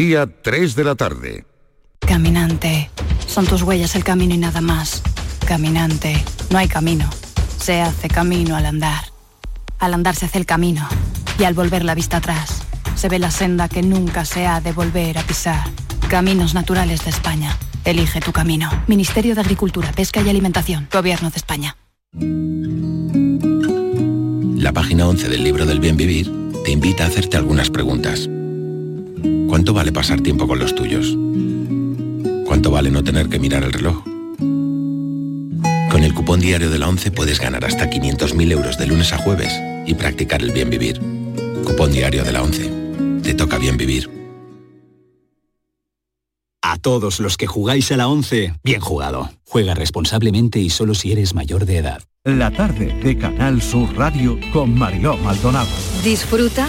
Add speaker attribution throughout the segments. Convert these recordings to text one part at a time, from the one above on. Speaker 1: Día 3 de la tarde.
Speaker 2: Caminante. Son tus huellas el camino y nada más. Caminante. No hay camino. Se hace camino al andar. Al andar se hace el camino. Y al volver la vista atrás, se ve la senda que nunca se ha de volver a pisar. Caminos Naturales de España. Elige tu camino. Ministerio de Agricultura, Pesca y Alimentación. Gobierno de España.
Speaker 3: La página 11 del libro del bien vivir te invita a hacerte algunas preguntas. ¿Cuánto vale pasar tiempo con los tuyos? ¿Cuánto vale no tener que mirar el reloj? Con el cupón diario de la 11 puedes ganar hasta 500.000 euros de lunes a jueves y practicar el bien vivir. Cupón diario de la 11. Te toca bien vivir.
Speaker 4: A todos los que jugáis a la 11, bien jugado. Juega responsablemente y solo si eres mayor de edad.
Speaker 5: La tarde de Canal Sur Radio con Mariló Maldonado.
Speaker 6: Disfruta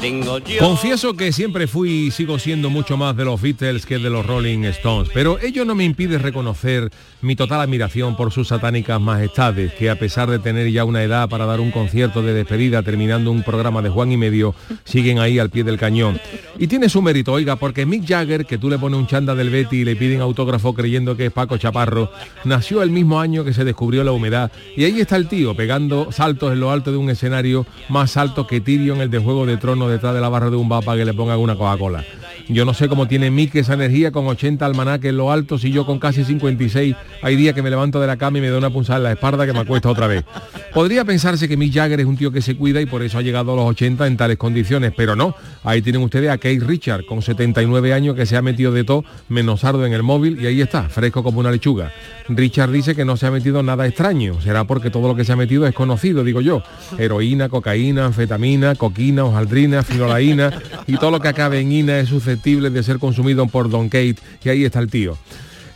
Speaker 7: Tengo yo.
Speaker 8: Confieso que siempre fui y sigo siendo mucho más de los Beatles que de los Rolling Stones, pero ello no me impide reconocer mi total admiración por sus satánicas majestades, que a pesar de tener ya una edad para dar un concierto de despedida terminando un programa de Juan y medio, siguen ahí al pie del cañón. Y tiene su mérito, oiga, porque Mick Jagger, que tú le pones un chanda del Betty y le piden autógrafo creyendo que es Paco Chaparro, nació el mismo año que se descubrió la humedad, y ahí está el tío pegando saltos en lo alto de un escenario más alto que Tyrion, el de Juego de Tronos detrás de la barra de un bar para que le pongan una Coca-Cola. Yo no sé cómo tiene Mick esa energía con 80 almanaques en lo alto, si yo con casi 56 hay días que me levanto de la cama y me da una punzada en la espalda que me acuesta otra vez. Podría pensarse que Mick Jagger es un tío que se cuida y por eso ha llegado a los 80 en tales condiciones, pero no. Ahí tienen ustedes a Kate Richard con 79 años que se ha metido de todo menos ardo en el móvil y ahí está, fresco como una lechuga. Richard dice que no se ha metido nada extraño, será porque todo lo que se ha metido es conocido, digo yo. Heroína, cocaína, anfetamina, coquina, hojaldrina, finolaína y todo lo que acabe en ina es susceptible de ser consumido por Don Kate y ahí está el tío.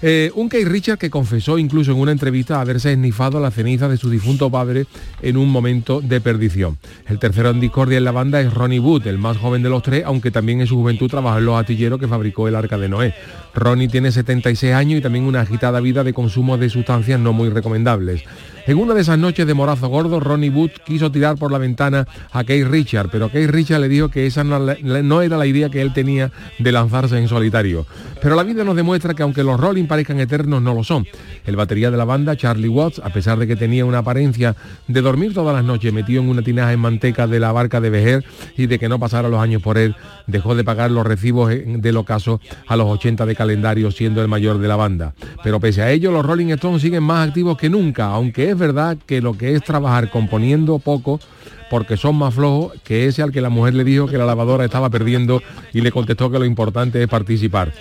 Speaker 8: Eh, un Kate Richard que confesó incluso en una entrevista haberse esnifado la ceniza de su difunto padre en un momento de perdición. El tercero en discordia en la banda es Ronnie Wood, el más joven de los tres, aunque también en su juventud trabajó en los astilleros que fabricó el Arca de Noé. Ronnie tiene 76 años y también una agitada vida de consumo de sustancias no muy recomendables. En una de esas noches de morazo gordo, Ronnie Wood quiso tirar por la ventana a Kate Richard, pero Kate Richard le dijo que esa no, era la idea que él tenía de lanzarse en solitario. Pero la vida nos demuestra que aunque los Rolling parezcan eternos, no lo son. El batería de la banda, Charlie Watts, a pesar de que tenía una apariencia de dormir todas las noches metido en una tinaja en manteca de la barca de Vejer y de que no pasara los años por él, dejó de pagar los recibos del ocaso a los 80 de calendario, siendo el mayor de la banda. Pero pese a ello, los Rolling Stones siguen más activos que nunca, aunque es es verdad que lo que es trabajar componiendo poco, porque son más flojos que ese al que la mujer le dijo que la lavadora estaba perdiendo y le contestó que lo importante es participar.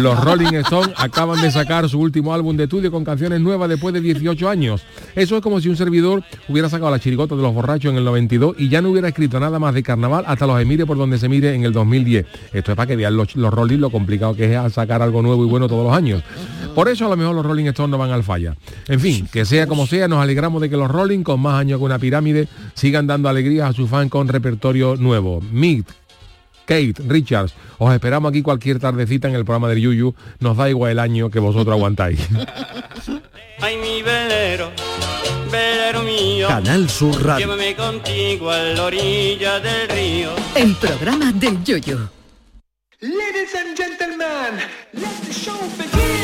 Speaker 8: Los Rolling Stones acaban de sacar su último álbum de estudio con canciones nuevas después de 18 años. Eso es como si un servidor hubiera sacado la chirigota de los borrachos en el 92 y ya no hubiera escrito nada más de carnaval hasta los emire por donde se mire en el 2010. Esto es para que vean los, los Rolling lo complicado que es sacar algo nuevo y bueno todos los años. Por eso a lo mejor los Rolling Stones no van al falla. En fin, que sea como sea, nos alegramos de que los Rolling, con más años que una pirámide, sigan dando alegrías a su fan con repertorio nuevo. Mick, Kate, Richards, os esperamos aquí cualquier tardecita en el programa del Yuyu. Nos da igual el año que vosotros aguantáis.
Speaker 7: Ay, mi velero, velero mío.
Speaker 5: Canal Sur Radio.
Speaker 7: Llévame contigo a la orilla del río.
Speaker 9: El programa del yoyo.
Speaker 10: Ladies and gentlemen, let the show begin.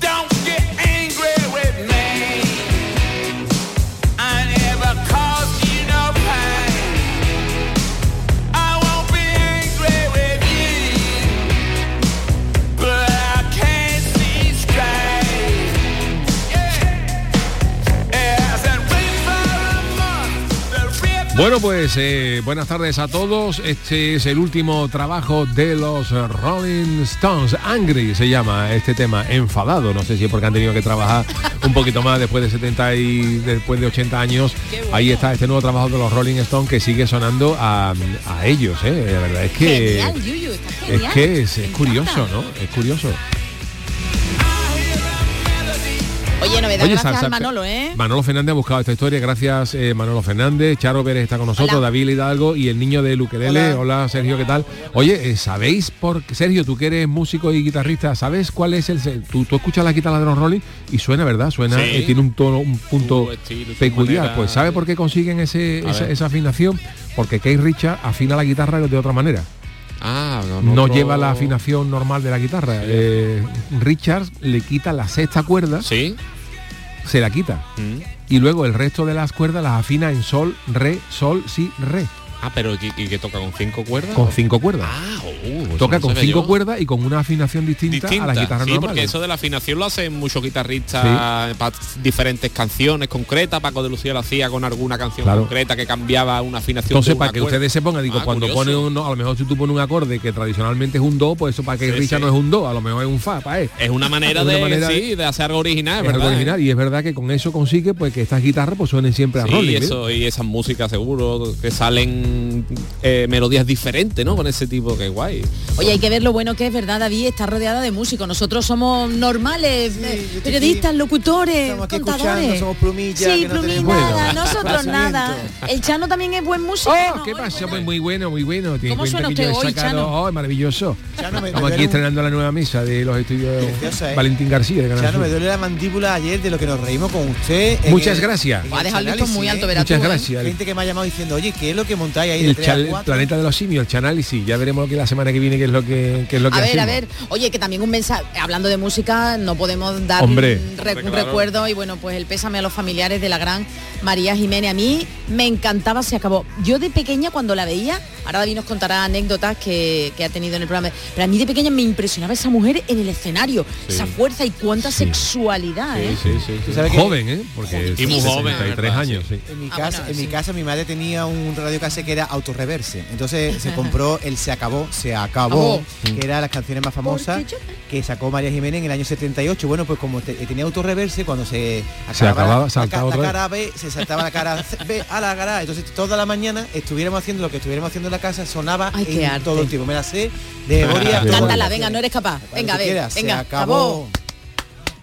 Speaker 11: Don't get angry with me. I never caused you no pain. I won't be angry with you, but I can't see straight. As I wait for a month, the river
Speaker 8: Bueno, pues eh, buenas tardes a todos. Este es el último trabajo de los Rolling Stones. Angry se llama este tema, enfadado. No sé si es porque han tenido que trabajar un poquito más después de 70 y después de 80 años. Ahí está este nuevo trabajo de los Rolling Stones que sigue sonando a, a ellos. eh. La verdad es que
Speaker 12: Genial, Yuyu, está
Speaker 8: es
Speaker 12: genial.
Speaker 8: que es, es
Speaker 12: Me
Speaker 8: curioso,
Speaker 12: encanta.
Speaker 8: ¿no? Es curioso.
Speaker 12: Oye, no me da
Speaker 8: Oye,
Speaker 12: gracias
Speaker 8: Sansa,
Speaker 12: al Manolo, ¿eh?
Speaker 8: Manolo Fernández ha buscado esta historia. Gracias, eh, Manolo Fernández. Charo Pérez está con nosotros,
Speaker 12: Hola.
Speaker 8: David Hidalgo y el niño de Luquelele. Hola, Sergio, ¿qué tal? Oye, eh, ¿sabéis por qué? Sergio, tú que eres músico y guitarrista, ¿sabes cuál es el... se- Tú, tú escuchas la guitarra de los Rolling y suena, ¿verdad? Suena,
Speaker 13: Sí.
Speaker 8: eh, tiene un tono, un punto peculiar.
Speaker 13: manera.
Speaker 8: Pues ¿sabe por qué consiguen ese,
Speaker 13: A
Speaker 8: esa,
Speaker 13: ver.
Speaker 8: esa afinación? Porque Keith Richard afina la guitarra de otra manera
Speaker 13: Ah,
Speaker 8: no
Speaker 13: otro-
Speaker 8: lleva la afinación normal de la guitarra. Eh, Richards le quita la sexta cuerda. Se la quita.
Speaker 13: Mm.
Speaker 8: Y luego el resto de las cuerdas las afina en sol, re, sol, si, re.
Speaker 13: Ah, pero ¿y, y que toca con cinco cuerdas?
Speaker 8: Con cinco cuerdas.
Speaker 13: Uh,
Speaker 8: Toca
Speaker 13: eso no
Speaker 8: con
Speaker 13: sabía
Speaker 8: cinco
Speaker 13: yo.
Speaker 8: cuerdas y con una afinación distinta,
Speaker 13: Distinta.
Speaker 8: a la guitarra
Speaker 13: sí,
Speaker 8: normal.
Speaker 13: porque eso de la afinación lo hacen muchos guitarristas para diferentes canciones concretas. Paco de Lucía lo hacía con alguna canción
Speaker 8: Claro.
Speaker 13: concreta que cambiaba una afinación. de
Speaker 8: Entonces,
Speaker 13: una
Speaker 8: para que
Speaker 13: cuerda.
Speaker 8: ustedes se pongan, digo,
Speaker 13: Ah,
Speaker 8: cuando
Speaker 13: curioso.
Speaker 8: pone uno, a lo mejor si tú pones un acorde que tradicionalmente es un do, pues eso para que
Speaker 13: Sí,
Speaker 8: Richard
Speaker 13: sí.
Speaker 8: no es un do, a lo mejor es un fa, pa, eh.
Speaker 13: Es una manera,
Speaker 8: Es una
Speaker 13: de,
Speaker 8: manera de-
Speaker 13: sí, de hacer algo original,
Speaker 8: Es
Speaker 13: ¿verdad? ¿eh?
Speaker 8: algo original. Y es verdad que con eso consigue pues que estas guitarras pues suenen siempre a
Speaker 13: Sí,
Speaker 8: Rolling.
Speaker 13: y,
Speaker 8: ¿eh?
Speaker 13: eso, y esas músicas seguro que salen eh, melodías diferentes, ¿no? Con ese tipo, que guay.
Speaker 12: Oye, hay que ver lo bueno que es, ¿verdad, David? Está rodeada de músicos. Nosotros somos normales, eh, periodistas, locutores, contadores.
Speaker 14: escuchando, somos plumillas,
Speaker 12: Sí,
Speaker 14: que no
Speaker 12: plumillas,
Speaker 14: tenemos
Speaker 12: nada,
Speaker 14: Bueno.
Speaker 12: nosotros nada. El Chano también es buen músico.
Speaker 8: Oh,
Speaker 12: ¿no?
Speaker 8: ¿Qué pasa? Pues muy bueno, muy bueno. Tiene
Speaker 12: ¿Cómo
Speaker 8: cuenta
Speaker 12: suena
Speaker 8: que yo
Speaker 12: usted
Speaker 8: he
Speaker 12: hoy,
Speaker 8: sacado-
Speaker 12: Chano?
Speaker 8: Oh, es maravilloso.
Speaker 14: me
Speaker 8: Estamos
Speaker 14: duele
Speaker 8: aquí
Speaker 14: un-
Speaker 8: estrenando la nueva mesa de los estudios
Speaker 14: Preciosa, ¿eh?
Speaker 8: Valentín García de Canal
Speaker 14: Chano, me
Speaker 8: Sur.
Speaker 14: duele la mandíbula ayer de lo que nos reímos con usted. en
Speaker 8: Muchas
Speaker 14: el-
Speaker 8: gracias.
Speaker 14: en
Speaker 8: Ha dejado el
Speaker 14: análisis,
Speaker 8: listón muy
Speaker 14: ¿eh?
Speaker 8: alto, verás Muchas tú, ¿eh? gracias.
Speaker 14: Gente que me ha llamado diciendo, oye, ¿qué es lo que montáis ahí de
Speaker 8: El,
Speaker 14: tres a
Speaker 8: chal-
Speaker 14: cuatro?
Speaker 8: planeta de los simios, el chanálisis. Ya veremos lo que la semana que viene qué es lo que, qué es lo que
Speaker 12: A ver, a
Speaker 8: hacemos.
Speaker 12: ver, oye, que también un mensaje, hablando de música, no podemos dar
Speaker 8: Hombre.
Speaker 12: un, re-
Speaker 8: Hombre,
Speaker 12: un
Speaker 8: claro.
Speaker 12: recuerdo y bueno, pues el pésame a los familiares de la gran María Jiménez. A mí me encantaba, se acabó. Yo de pequeña cuando la veía, ahora David nos contará anécdotas que, que ha tenido en el programa, pero a mí de pequeña me impresionaba esa mujer en el escenario,
Speaker 8: Sí.
Speaker 12: esa fuerza y cuánta sexualidad, ¿eh?
Speaker 8: Sí, sí, sí, sí.
Speaker 14: ¿Tú sabes que-
Speaker 8: Joven, ¿eh? Porque
Speaker 13: Y muy joven,
Speaker 8: 63
Speaker 13: ¿verdad?
Speaker 8: años, Ah, sí.
Speaker 14: En mi,
Speaker 12: Ah,
Speaker 14: casa, en mi casa mi madre tenía un radio que era autorreverse. Entonces se compró el Se acabó, se acabó,
Speaker 13: Acabó.
Speaker 14: que era las canciones más famosas que sacó María Jiménez en el año 78. Bueno, pues como te- tenía autorreverse, cuando se
Speaker 8: Se acababa,
Speaker 14: la-
Speaker 8: saltaba
Speaker 14: la, ca-
Speaker 8: otra
Speaker 14: la
Speaker 8: vez.
Speaker 14: cara B, se saltaba la cara C- B a la cara A. Entonces toda la mañana estuviéramos haciendo lo que estuviéramos haciendo en la casa, sonaba
Speaker 12: Ay, qué
Speaker 14: en
Speaker 12: arte.
Speaker 14: todo el tiempo. Me la sé de
Speaker 8: Ah,
Speaker 14: memoria. todo.
Speaker 12: Cántala, venga, no eres capaz.
Speaker 14: Cuando
Speaker 12: Venga,
Speaker 14: tú
Speaker 12: ve,
Speaker 14: quieras, se
Speaker 12: venga,
Speaker 14: acabó.
Speaker 12: acabó.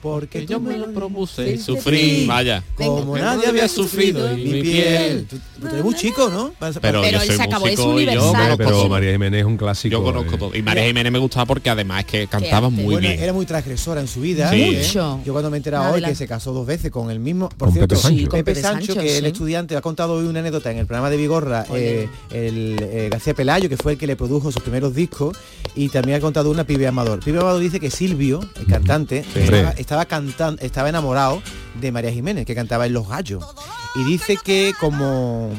Speaker 14: Porque
Speaker 13: yo me lo propuse.
Speaker 14: Sí.
Speaker 13: Sufrí, vaya.
Speaker 14: Como nadie había sufrido en mi piel. Tú, tú eres muy chico, ¿no?
Speaker 13: Pero, yo soy músico y yo
Speaker 8: Hombre, pero
Speaker 13: conozco-
Speaker 8: María Jiménez es un clásico. eh.
Speaker 13: yo conozco todo. Y María Jiménez me gustaba porque además que cantaba
Speaker 14: Pues, Bueno,
Speaker 13: muy bien.
Speaker 14: Era muy transgresora en su vida.
Speaker 13: Sí.
Speaker 14: ¿eh?
Speaker 13: Mucho.
Speaker 14: Yo cuando me he enterado
Speaker 13: Nada
Speaker 14: hoy
Speaker 13: de la-
Speaker 14: que se casó dos veces con el mismo. Por
Speaker 13: Con
Speaker 14: cierto,
Speaker 13: Pepe Sancho. Sí,
Speaker 14: Pepe,
Speaker 13: con
Speaker 12: Pepe
Speaker 14: Sancho,
Speaker 12: Sancho,
Speaker 14: que el
Speaker 12: sí.
Speaker 14: estudiante ha contado hoy una anécdota en el programa de Vigorra, eh, el eh, García Pelayo, que fue el que le produjo sus primeros discos, y también ha contado una pibe amador. Pibe amador dice que Silvio, el cantante,
Speaker 8: Sí.
Speaker 14: estaba,
Speaker 8: Hombre.
Speaker 14: estaba cantando, estaba enamorado de María Jiménez, que cantaba en Los Gallos. Y dice que como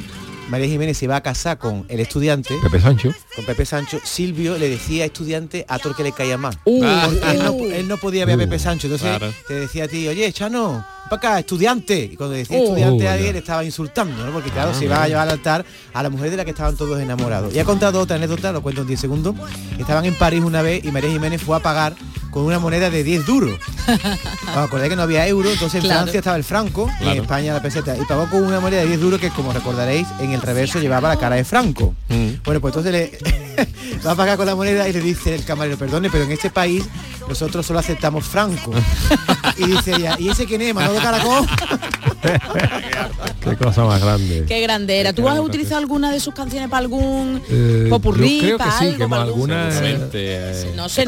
Speaker 14: María Jiménez se iba a casar con el estudiante,
Speaker 8: Pepe Sancho.
Speaker 14: con Pepe Sancho, Silvio le decía a estudiante a todo el que le caía más.
Speaker 8: Uh.
Speaker 14: Porque él, no, él no podía ver a
Speaker 8: Uh.
Speaker 14: Pepe Sancho, entonces
Speaker 8: Claro.
Speaker 14: te decía a ti, oye, Chano, para acá, estudiante. Y cuando decía
Speaker 8: Uh.
Speaker 14: estudiante a
Speaker 8: Uh,
Speaker 14: alguien
Speaker 8: ya.
Speaker 14: le estaba insultando, ¿no? Porque claro,
Speaker 8: Ah,
Speaker 14: se iba a
Speaker 8: mira.
Speaker 14: llevar al altar a la mujer de la que estaban todos enamorados. Y ha contado otra anécdota, lo cuento en 10 segundos. Estaban en París una vez y María Jiménez fue a pagar con una moneda de 10 duros. Os acordáis Ah, que no había euro, entonces en
Speaker 15: Claro.
Speaker 14: Francia estaba el franco y en
Speaker 15: Claro.
Speaker 14: España la peseta. Y pagó con una moneda de 10 duros que, como recordaréis, en el reverso llevaba la cara de Franco.
Speaker 13: Mm.
Speaker 14: Bueno, pues entonces le va a pagar con la moneda y le dice el camarero, perdone, pero en este país nosotros solo aceptamos Franco. y dice ella, ¿y ese quién es? Manolo Caracol.
Speaker 8: Qué cosa más grande.
Speaker 12: Qué grande era. ¿Tú has utilizado alguna de sus canciones para algún
Speaker 8: Eh,
Speaker 12: popurrí?
Speaker 8: yo creo que
Speaker 12: para
Speaker 8: sí,
Speaker 12: algo,
Speaker 8: que
Speaker 12: para algún-
Speaker 8: alguna-
Speaker 12: no sé, no
Speaker 13: eh,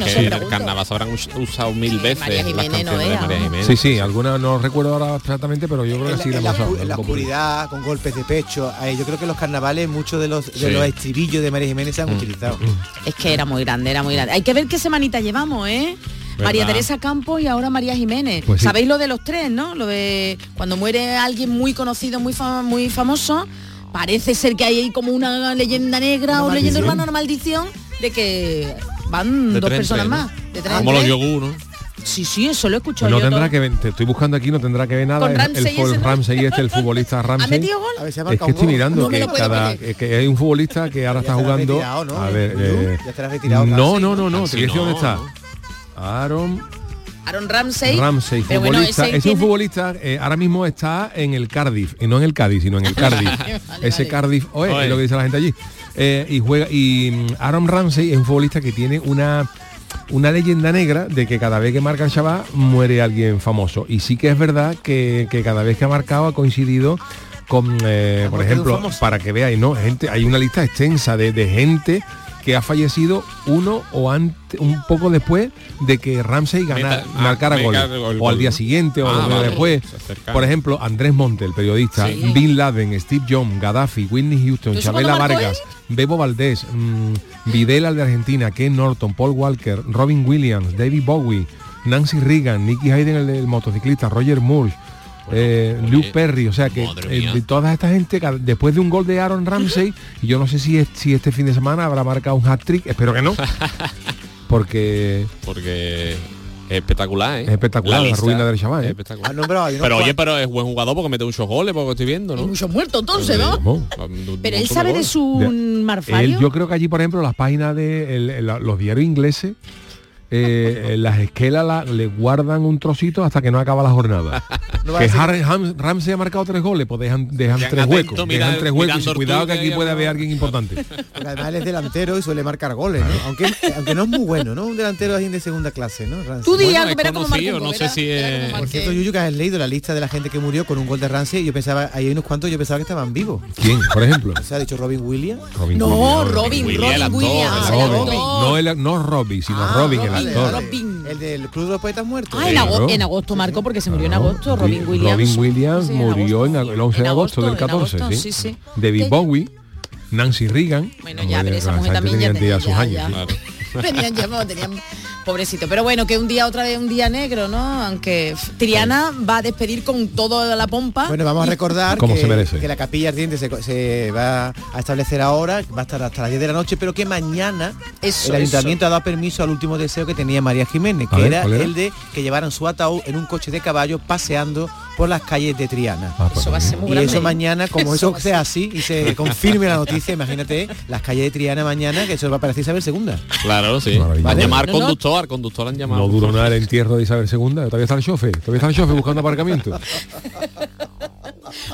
Speaker 13: que
Speaker 12: sé,
Speaker 13: en el
Speaker 12: pregunto.
Speaker 13: carnaval se habrán us- usado mil veces
Speaker 12: María
Speaker 13: las
Speaker 12: Jiménez,
Speaker 13: canciones
Speaker 12: no
Speaker 13: de
Speaker 12: vea,
Speaker 13: María
Speaker 12: vamos.
Speaker 13: Jiménez.
Speaker 8: Sí, sí, alguna no recuerdo ahora exactamente, pero yo creo
Speaker 14: en
Speaker 8: que
Speaker 14: la,
Speaker 8: sí.
Speaker 14: en
Speaker 8: la
Speaker 14: la
Speaker 8: hemos
Speaker 14: oscu-
Speaker 8: usado,
Speaker 14: en la
Speaker 8: un popurrí.
Speaker 14: oscuridad, con golpes de pecho. Ay, yo creo que los carnavales, muchos de los, de
Speaker 8: Sí.
Speaker 14: los estribillos de María Jiménez se
Speaker 13: Mm.
Speaker 14: han utilizado.
Speaker 12: Es que era muy grande, era muy grande. Hay que ver qué semanita llevamos, ¿eh?
Speaker 14: ¿Verdad?
Speaker 12: María Teresa Campos y ahora María Jiménez.
Speaker 14: Pues sí.
Speaker 12: Sabéis lo de los tres, ¿no? Lo de cuando muere alguien muy conocido, muy, fam- muy famoso, parece ser que hay ahí como una leyenda negra o leyenda
Speaker 13: maldición.
Speaker 12: urbana, una maldición de que van
Speaker 13: De
Speaker 12: dos
Speaker 13: tres en
Speaker 12: personas
Speaker 13: tres, ¿no?
Speaker 12: más. De tres en
Speaker 13: Como los
Speaker 12: tres.
Speaker 13: yogur, ¿no?
Speaker 12: Sí, sí, eso lo escucho
Speaker 8: Pues no
Speaker 12: yo.
Speaker 8: tendrá
Speaker 12: todo.
Speaker 8: que ver, te estoy buscando aquí, no tendrá que ver nada.
Speaker 12: Con
Speaker 8: el-
Speaker 12: Ramsey
Speaker 8: el,
Speaker 12: ese,
Speaker 8: el
Speaker 12: ¿no?
Speaker 8: Ramsey este, el futbolista Ramsey.
Speaker 12: metido gol?
Speaker 14: A ver, se ha
Speaker 8: Es
Speaker 14: marcado
Speaker 8: que
Speaker 14: un
Speaker 8: estoy
Speaker 14: gol.
Speaker 8: mirando
Speaker 14: No me
Speaker 8: que
Speaker 14: lo puedo
Speaker 8: cada
Speaker 14: creer.
Speaker 8: eh, que hay un futbolista que ahora está
Speaker 14: te lo has
Speaker 8: jugando.
Speaker 14: retirado, ¿no?
Speaker 8: A ver,
Speaker 14: Lu,
Speaker 8: eh,
Speaker 14: ya te lo has retirado,
Speaker 8: no,
Speaker 14: Ramsey,
Speaker 8: no,
Speaker 14: ¿no?
Speaker 8: no, no, te voy a decir
Speaker 14: Ramsey
Speaker 8: dónde está.
Speaker 14: no.
Speaker 8: Aaron
Speaker 12: Aaron Ramsey.
Speaker 8: Ramsey,
Speaker 12: Pero bueno,
Speaker 8: futbolista.
Speaker 12: ese
Speaker 8: ese
Speaker 12: tiene-
Speaker 8: futbolista eh, ahora mismo está en el Cardiff, y no en el Cádiz, sino en el Cardiff. ese Cardiff oe,
Speaker 13: Oe.
Speaker 8: es lo que dice la gente allí. Eh, y juega y mm, Aaron Ramsey es un futbolista que tiene una una leyenda negra de que cada vez que marca el Shabbat muere alguien famoso. Y sí que es verdad que, que cada vez que ha marcado ha coincidido con, eh,
Speaker 14: muerte de
Speaker 8: por
Speaker 14: un
Speaker 8: ejemplo,
Speaker 14: famoso.
Speaker 8: para que veáis, ¿no? Gente, hay una lista extensa de, de gente que ha fallecido uno o antes, un poco después de que Ramsey ganara,
Speaker 13: Meta- ah,
Speaker 8: marcara
Speaker 13: me
Speaker 8: goles.
Speaker 13: cargo el
Speaker 8: O al
Speaker 13: gol,
Speaker 8: día
Speaker 13: ¿no?
Speaker 8: siguiente o
Speaker 13: Ah,
Speaker 8: dos días
Speaker 13: vale.
Speaker 8: después.
Speaker 13: Se acerca.
Speaker 8: Por ejemplo, Andrés Monte, el periodista,
Speaker 13: Sí.
Speaker 8: Bin Laden, Steve Jobs, Gaddafi, Whitney Houston,
Speaker 13: ¿Tú sabes cuándo
Speaker 8: Chabela
Speaker 13: marcó
Speaker 8: Vargas, Bebo Valdés, mm, Videla el de Argentina, Ken Norton, Paul Walker, Robin Williams, David Bowie, Nancy Reagan, Nicky Hayden el, el motociclista, Roger Moore. eh, Luke Perry, o sea que eh, de toda esta gente, cada- después de un gol de Aaron Ramsey, y yo no sé si, es- si este fin de semana habrá marcado un hat-trick, espero que no, porque
Speaker 13: Porque es espectacular, ¿eh?
Speaker 8: Es espectacular, la
Speaker 13: lista
Speaker 8: ruina del Shabbat,
Speaker 13: es
Speaker 8: ¿eh?
Speaker 13: espectacular.
Speaker 14: nombrado ahí unos
Speaker 13: pero oye,
Speaker 14: cuantos.
Speaker 13: pero es buen jugador porque mete muchos goles, porque estoy viendo, ¿no?
Speaker 12: Muchos muertos, entonces, ¿no? Pero él sabe de su
Speaker 8: De-
Speaker 12: marfario.
Speaker 8: Él, yo creo que allí, por ejemplo, las páginas de el- el- los diarios ingleses, eh, eh, las esquelas la- le guardan un trocito hasta que no acaba la jornada.
Speaker 14: va a
Speaker 8: que
Speaker 14: decir-
Speaker 8: Harry Ham- Ramsey ha marcado tres goles, pues dejan, dejan
Speaker 13: Dejan
Speaker 8: tres
Speaker 13: atento,
Speaker 8: huecos. Dejan
Speaker 13: mira-
Speaker 8: tres huecos. y
Speaker 13: mirando
Speaker 8: cuidado que
Speaker 13: Ortega
Speaker 8: aquí
Speaker 13: y
Speaker 8: puede
Speaker 13: a-
Speaker 8: haber alguien importante.
Speaker 14: Porque además él es delantero y suele marcar goles, ¿no? Aunque, aunque no es muy bueno, ¿no? Un delantero así de segunda clase, ¿no? Ramsey.
Speaker 12: Tú di
Speaker 13: Bueno,
Speaker 12: algo,
Speaker 13: es
Speaker 12: verá cómo marca un
Speaker 13: conocido,
Speaker 12: gol,
Speaker 13: no sé
Speaker 12: verá-
Speaker 13: si es...
Speaker 14: Por cierto, Yuyu, que has leído la lista de la gente que murió con un gol de Ramsey, yo pensaba, ahí hay unos cuantos, yo pensaba que estaban vivos.
Speaker 8: ¿Quién, por ejemplo?
Speaker 14: O sea, ha dicho Robin Williams.
Speaker 8: Robin
Speaker 12: No,
Speaker 8: Williams.
Speaker 12: Robin, Ah, Williams, Robin el actor, Williams, el
Speaker 8: Robin.
Speaker 12: actor.
Speaker 8: No, el, no Robin, sino
Speaker 14: Ah,
Speaker 8: Robin,
Speaker 14: Robin,
Speaker 8: el actor.
Speaker 14: Robin. El del Club de los Poetas Muertos.
Speaker 12: Ah, en, ago- en agosto marcó porque se murió en agosto, Robin Williams.
Speaker 8: Robin Williams
Speaker 12: Sí, en
Speaker 8: murió en ag- el 11 de agosto,
Speaker 12: agosto,
Speaker 8: del
Speaker 12: en
Speaker 8: 14,
Speaker 12: agosto,
Speaker 8: ¿sí?
Speaker 12: sí, sí.
Speaker 8: David Bowie, Nancy Reagan.
Speaker 12: Bueno, ya, pero esa
Speaker 8: la
Speaker 12: mujer
Speaker 8: gente
Speaker 12: también ya
Speaker 8: tenía
Speaker 12: tenía-
Speaker 8: sus
Speaker 12: ya,
Speaker 8: años,
Speaker 12: ya.
Speaker 8: sí.
Speaker 12: Tenían llamado, tenían pobrecito. Pero bueno, que un día otra vez un día negro, ¿no? Aunque f, Triana va a despedir con toda la pompa.
Speaker 14: Bueno, vamos a recordar
Speaker 8: Como
Speaker 14: que,
Speaker 8: se merece.
Speaker 14: que la capilla ardiente se, co- se va a establecer ahora, va a estar hasta las 10 de la noche, pero que mañana
Speaker 12: Eso,
Speaker 14: el ayuntamiento ha dado permiso al último deseo que tenía María Jiménez,
Speaker 8: A
Speaker 14: que
Speaker 8: ver,
Speaker 14: era,
Speaker 8: ¿cuál era?
Speaker 14: el de que llevaran su ataúd en un coche de caballo paseando por las calles de Triana.
Speaker 12: Eso va a ser muy
Speaker 14: Y
Speaker 12: grande.
Speaker 14: eso mañana, como
Speaker 12: Eso
Speaker 14: eso,
Speaker 12: va a ser-
Speaker 14: sea así y se confirme la noticia, imagínate las calles de Triana mañana, que eso va a parecer Isabel Segunda.
Speaker 13: Claro, sí.
Speaker 8: Maravilloso.
Speaker 13: Van a llamar
Speaker 14: No, no.
Speaker 13: conductor, al conductor han llamado.
Speaker 8: No duró nada el entierro de Isabel II, todavía está el chofe, todavía está el chofe buscando aparcamiento.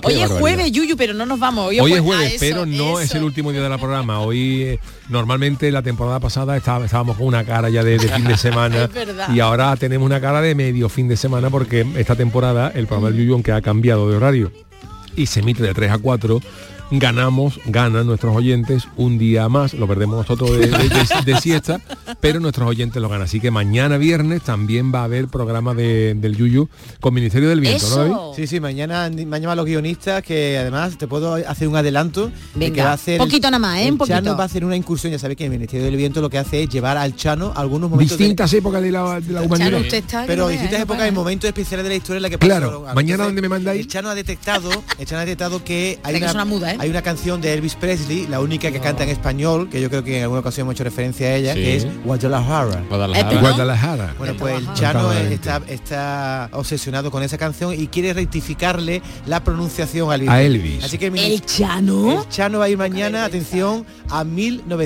Speaker 12: Hoy es
Speaker 8: barbaridad.
Speaker 12: jueves, Yuyu, pero no nos vamos.
Speaker 8: Hoy es
Speaker 12: jue-
Speaker 8: jueves,
Speaker 12: Ah, eso,
Speaker 8: pero no es el último día de la programa. Hoy eh, normalmente la temporada pasada estaba- estábamos con una cara ya de, de fin de semana
Speaker 12: Es verdad.
Speaker 8: y ahora tenemos una cara de medio fin de semana porque esta temporada el programa del Yuyu, aunque ha cambiado de horario y se emite de 3 a 4, ganamos, ganan nuestros oyentes un día más, lo perdemos nosotros de, de- de- de siesta, pero nuestros oyentes lo ganan. Así que mañana viernes también va a haber programa de- del Yuyu con Ministerio del Viento, ¿no, David?
Speaker 12: Oh.
Speaker 14: Sí, sí, mañana me han llamado los guionistas que además te puedo hacer un adelanto. de
Speaker 12: Venga,
Speaker 14: que va a hacer
Speaker 12: poquito nada más, ¿eh?
Speaker 14: el
Speaker 12: Un poquito.
Speaker 14: Chano va a hacer una incursión, ya sabéis que el Ministerio del Viento lo que hace es llevar al Chano algunos momentos...
Speaker 8: Distintas épocas de la, de la humanidad.
Speaker 14: Chano, usted está que Pero no vea, distintas ¿eh? épocas y momentos especiales de la historia en la que
Speaker 8: Claro,
Speaker 14: pasaron algo.
Speaker 8: mañana
Speaker 14: Entonces,
Speaker 8: donde me mandáis.
Speaker 14: El Chano ha detectado, el Chano ha detectado que hay
Speaker 12: Mira que
Speaker 14: una,
Speaker 12: es una muda, ¿eh?
Speaker 14: hay una canción de Elvis Presley, la única que canta en español, que yo creo que en alguna ocasión hemos hecho referencia a ella,
Speaker 8: Sí.
Speaker 14: que es Guadalajara.
Speaker 8: Guadalajara. Guadalajara.
Speaker 14: Bueno, pues el
Speaker 8: Guadalajara.
Speaker 14: Chano
Speaker 8: Totalmente.
Speaker 14: está, está obsesionado con esa canción y quiere rectificarle la pronunciación al
Speaker 8: A Elvis.
Speaker 14: Así que el,
Speaker 12: ¿El Chano?
Speaker 14: El Chano va a ir mañana, atención, a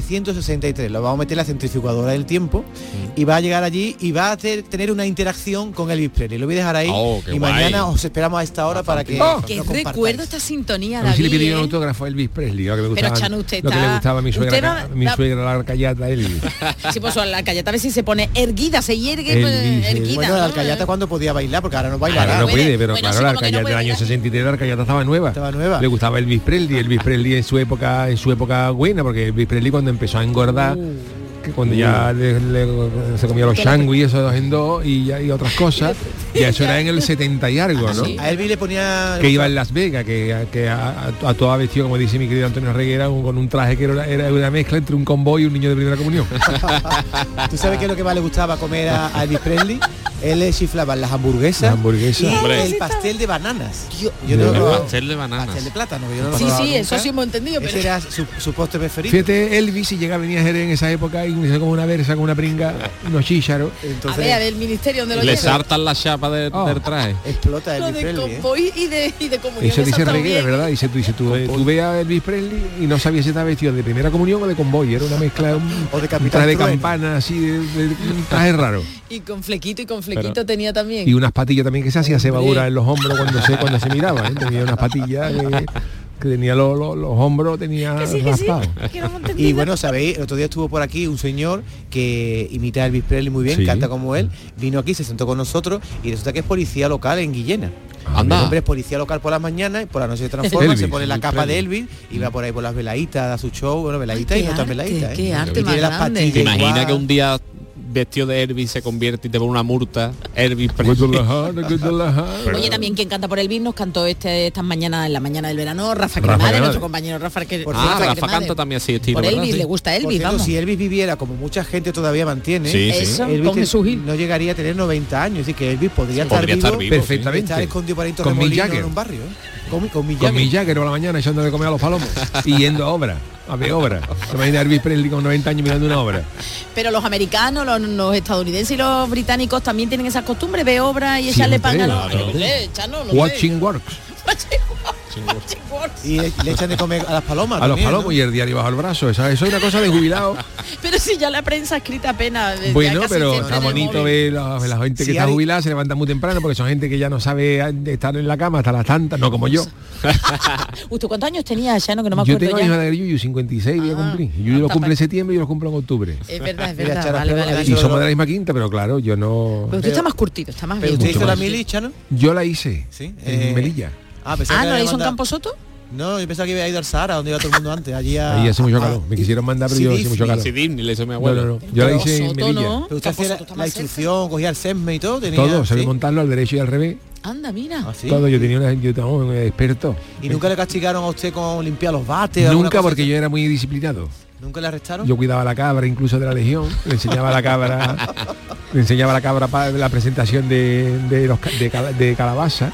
Speaker 14: 1963. Lo vamos a meter en la centrifugadora del tiempo
Speaker 13: Mm.
Speaker 14: y va a llegar allí y va a ter- tener una interacción con Elvis Presley. Lo voy a dejar ahí
Speaker 13: Oh, qué
Speaker 14: y
Speaker 13: guay.
Speaker 14: mañana os esperamos a esta hora para que
Speaker 12: Oh,
Speaker 14: nos
Speaker 12: que
Speaker 14: compartáis.
Speaker 12: recuerdo esta sintonía,
Speaker 8: A ver
Speaker 12: David.
Speaker 8: si le pidieron
Speaker 12: ¿eh?
Speaker 8: autógrafo a Elvis Presley, lo que, me
Speaker 12: Pero
Speaker 8: gustaba,
Speaker 12: Chano, usted
Speaker 8: lo que le
Speaker 12: está-
Speaker 8: gustaba a mi
Speaker 12: usted
Speaker 8: suegra,
Speaker 12: va-
Speaker 8: ca- mi
Speaker 12: va-
Speaker 8: suegra la callata Elvis.
Speaker 12: Sí, pues la alcayata a ver si se pone erguida, se hiergue, pues,
Speaker 8: Elvis, Elvis.
Speaker 12: erguida.
Speaker 14: Bueno,
Speaker 12: ¿no?
Speaker 14: la alcayata cuando podía bailar, porque ahora no
Speaker 13: Ah,
Speaker 14: baila
Speaker 8: Ahora
Speaker 14: nada.
Speaker 8: no puede, pero
Speaker 14: bueno,
Speaker 8: claro,
Speaker 14: sí,
Speaker 8: la
Speaker 14: como que no
Speaker 8: Arcayata del año 63, la Arcayata estaba nueva. Le gustaba Elvis Presley, Elvis Presley en su época, en su época buena, porque Elvis Presley cuando empezó a engordar, que cuando ya le- le- se comía los
Speaker 14: Que la-
Speaker 8: shangui, eso dos en dos y, ya- y otras cosas, y eso era en el 70 y algo, ¿no?
Speaker 14: A Elvis le ponía...
Speaker 8: Que iba en Las Vegas, que, que a, a- a toda vestido, como dice mi querido Antonio Reguera, un- con un traje que era, era una mezcla entre un convoy y un niño de primera comunión.
Speaker 14: ¿Tú sabes qué es lo que más le gustaba comer a a Elvis Presley? Él le chiflaban las hamburguesas, y
Speaker 13: Hombre.
Speaker 14: el pastel de bananas. Yo,
Speaker 13: El
Speaker 14: no lo-
Speaker 13: pastel de bananas.
Speaker 14: pastel de plátano, que yo no lo
Speaker 12: Sí,
Speaker 14: probaba
Speaker 12: sí,
Speaker 14: nunca.
Speaker 12: eso sí hemos entendido, pero
Speaker 14: Ese era su, su postre preferido.
Speaker 8: Fíjate, Elvis, si llega venía a Jerez en esa época y me hizo como una versa, como una pringa, unos chícharos. Oh.
Speaker 12: a ver, a ver, el ministerio donde lo
Speaker 13: Le
Speaker 12: lleva.
Speaker 13: saltan la chapa de- del traje.
Speaker 14: Explota ¿eh?
Speaker 12: Lo de convoy y de, y de comunión.
Speaker 8: Eso dice
Speaker 12: está
Speaker 8: Reguera,
Speaker 12: bien.
Speaker 8: ¿verdad? Dice tú, dice tú, eh, tú ve a Elvis Presley y no sabías si estaba vestido de primera comunión o de convoy, era una mezcla, un,
Speaker 14: o de
Speaker 8: un
Speaker 14: Capitán
Speaker 8: traje de
Speaker 14: Trueno.
Speaker 8: campana, así, de, de- un traje raro.
Speaker 12: Y con flequito y con flequito
Speaker 8: Pero-
Speaker 12: tenía también.
Speaker 8: Y unas patillas también que se hacía cebadura en los hombros cuando se, cuando se miraba, ¿eh? tenía unas patillas que, que tenía los, los- los hombros, tenía raspados.
Speaker 14: Y bueno, sabéis, el otro día estuvo por aquí un señor que imita a Elvis Presley muy bien,
Speaker 8: Sí.
Speaker 14: canta como él, vino aquí, se sentó con nosotros y resulta que es policía local en Guillena.
Speaker 13: Ah, Anda.
Speaker 14: El hombre es policía local por las mañanas y por la noche se transforma,
Speaker 13: Elvis,
Speaker 14: se pone la
Speaker 13: Elvis
Speaker 14: capa de
Speaker 13: Presley.
Speaker 14: Elvis y va por ahí por las veladitas, da su show, bueno, veladitas
Speaker 12: Ay,
Speaker 14: y
Speaker 12: qué
Speaker 14: no tan
Speaker 12: arte,
Speaker 14: veladitas. ¿eh?
Speaker 12: qué arte
Speaker 14: Y tiene
Speaker 12: más
Speaker 14: las
Speaker 12: grande.
Speaker 14: patillas
Speaker 13: ¿Te imaginas
Speaker 14: igual.
Speaker 13: que un día vestido de Elvis se convierte y te pone una multa? Elvis
Speaker 16: Pues
Speaker 13: Presley.
Speaker 12: Oye, también quien canta por Elvis nos cantó este, estas mañanas, en la mañana del verano,
Speaker 13: Rafa
Speaker 12: Rafa Cremades,
Speaker 13: Cremades.
Speaker 12: nuestro compañero Rafa, que,
Speaker 13: Por cierto, Rafa
Speaker 12: Cremades.
Speaker 13: canta también así estilo,
Speaker 12: Por
Speaker 13: ¿verdad?
Speaker 12: Elvis,
Speaker 13: Sí.
Speaker 12: le gusta
Speaker 14: Por
Speaker 12: Elvis,
Speaker 14: cierto,
Speaker 12: vamos.
Speaker 14: si Elvis viviera como mucha gente todavía mantiene,
Speaker 13: Sí, sí. Eso,
Speaker 14: Elvis
Speaker 13: con
Speaker 14: te-
Speaker 13: Jesús
Speaker 14: no llegaría a tener 90 años, es decir, que Elvis podría, estar,
Speaker 8: Podría
Speaker 14: vivo,
Speaker 8: estar vivo, Perfectamente.
Speaker 14: y Estar escondido para
Speaker 8: Con Mick Jagger.
Speaker 14: en un barrio, ¿eh? Con, con Mick
Speaker 8: Con
Speaker 14: Jagger.
Speaker 8: mi Jagger por la mañana echando de comer a los palomos y yendo a obra, a ver obra. Se imagina Elvis Presley con 90 años mirando una obra.
Speaker 12: Pero los americanos, los, los estadounidenses y los británicos también tienen esas costumbres, ve obras y echarle pan a los...
Speaker 8: Siempre,
Speaker 12: Yo qué sé, Chano, no sé.
Speaker 8: Watching Works.
Speaker 14: Y le, le echan de comer a las palomas.
Speaker 8: A los
Speaker 14: también, ¿no?
Speaker 8: palomos y el diario bajo el brazo. Esa- Eso es una cosa de jubilado.
Speaker 12: Pero si ya la prensa escrita apenas... eh, ya
Speaker 8: Bueno,
Speaker 12: casi
Speaker 8: pero
Speaker 12: siempre
Speaker 8: está
Speaker 12: en el
Speaker 8: bonito
Speaker 12: móvil.
Speaker 8: ver la, la
Speaker 14: Si
Speaker 8: gente que está
Speaker 14: hay-
Speaker 8: jubilada, se levanta muy temprano porque son gente que ya no sabe a- de estar en la cama hasta las tantas, no como yo.
Speaker 12: ¿Usted cuántos años tenía, Chano, que no me
Speaker 8: yo
Speaker 12: acuerdo
Speaker 8: tengo
Speaker 12: ya?
Speaker 8: hija de Yuyu, 56 voy a cumplir. Yuyu lo
Speaker 12: hasta
Speaker 8: cumple
Speaker 12: pa-
Speaker 8: en septiembre y yo lo cumplo en octubre.
Speaker 12: Es verdad, es
Speaker 14: Mira,
Speaker 12: verdad.
Speaker 14: Charo,
Speaker 12: vale,
Speaker 14: pero-
Speaker 12: vale, vale.
Speaker 8: Y somos de la misma quinta, pero claro, yo no.
Speaker 12: Pero usted está más curtido, está más Ah,
Speaker 14: Pero
Speaker 12: bien.
Speaker 14: usted hizo la
Speaker 8: más.
Speaker 14: mili, Chano.
Speaker 8: Yo la hice.
Speaker 14: Sí.
Speaker 8: En
Speaker 14: eh,
Speaker 8: Melilla.
Speaker 14: Ah, pensaba
Speaker 12: Ah,
Speaker 14: que la
Speaker 12: ¿no le
Speaker 14: había
Speaker 12: hizo en
Speaker 14: mandado-
Speaker 12: Camposoto?
Speaker 14: No, yo pensaba que iba a ir al Sahara, donde iba todo el mundo antes. Allí a-
Speaker 8: Ahí hace mucho
Speaker 14: a-
Speaker 8: calor. Me quisieron mandar, pero yo
Speaker 14: ah, Sí,
Speaker 8: hace mucho
Speaker 14: sí,
Speaker 8: calor.
Speaker 13: Sí, Disney, le hizo
Speaker 8: No,
Speaker 13: mi
Speaker 8: no,
Speaker 13: abuelo.
Speaker 8: no. Yo la hice en Melilla.
Speaker 14: Pero usted hacía la, la instrucción, cogía el SESME y todo. Tenía,
Speaker 8: Todo, sabía
Speaker 14: ¿sí? ¿Ah,
Speaker 8: montarlo al derecho y al revés.
Speaker 12: Anda, mira.
Speaker 14: ¿Sí?
Speaker 8: Todo, yo tenía una, yo estaba un experto.
Speaker 14: ¿Y nunca le castigaron a usted con limpiar los bates? alguna
Speaker 8: Nunca
Speaker 14: cosa
Speaker 8: porque
Speaker 14: así?
Speaker 8: yo era muy disciplinado.
Speaker 14: ¿Nunca le arrestaron?
Speaker 8: Yo cuidaba la cabra incluso de la legión, le enseñaba a la cabra, le enseñaba a la cabra pa- la presentación de, de los ca- de, cala- de calabaza.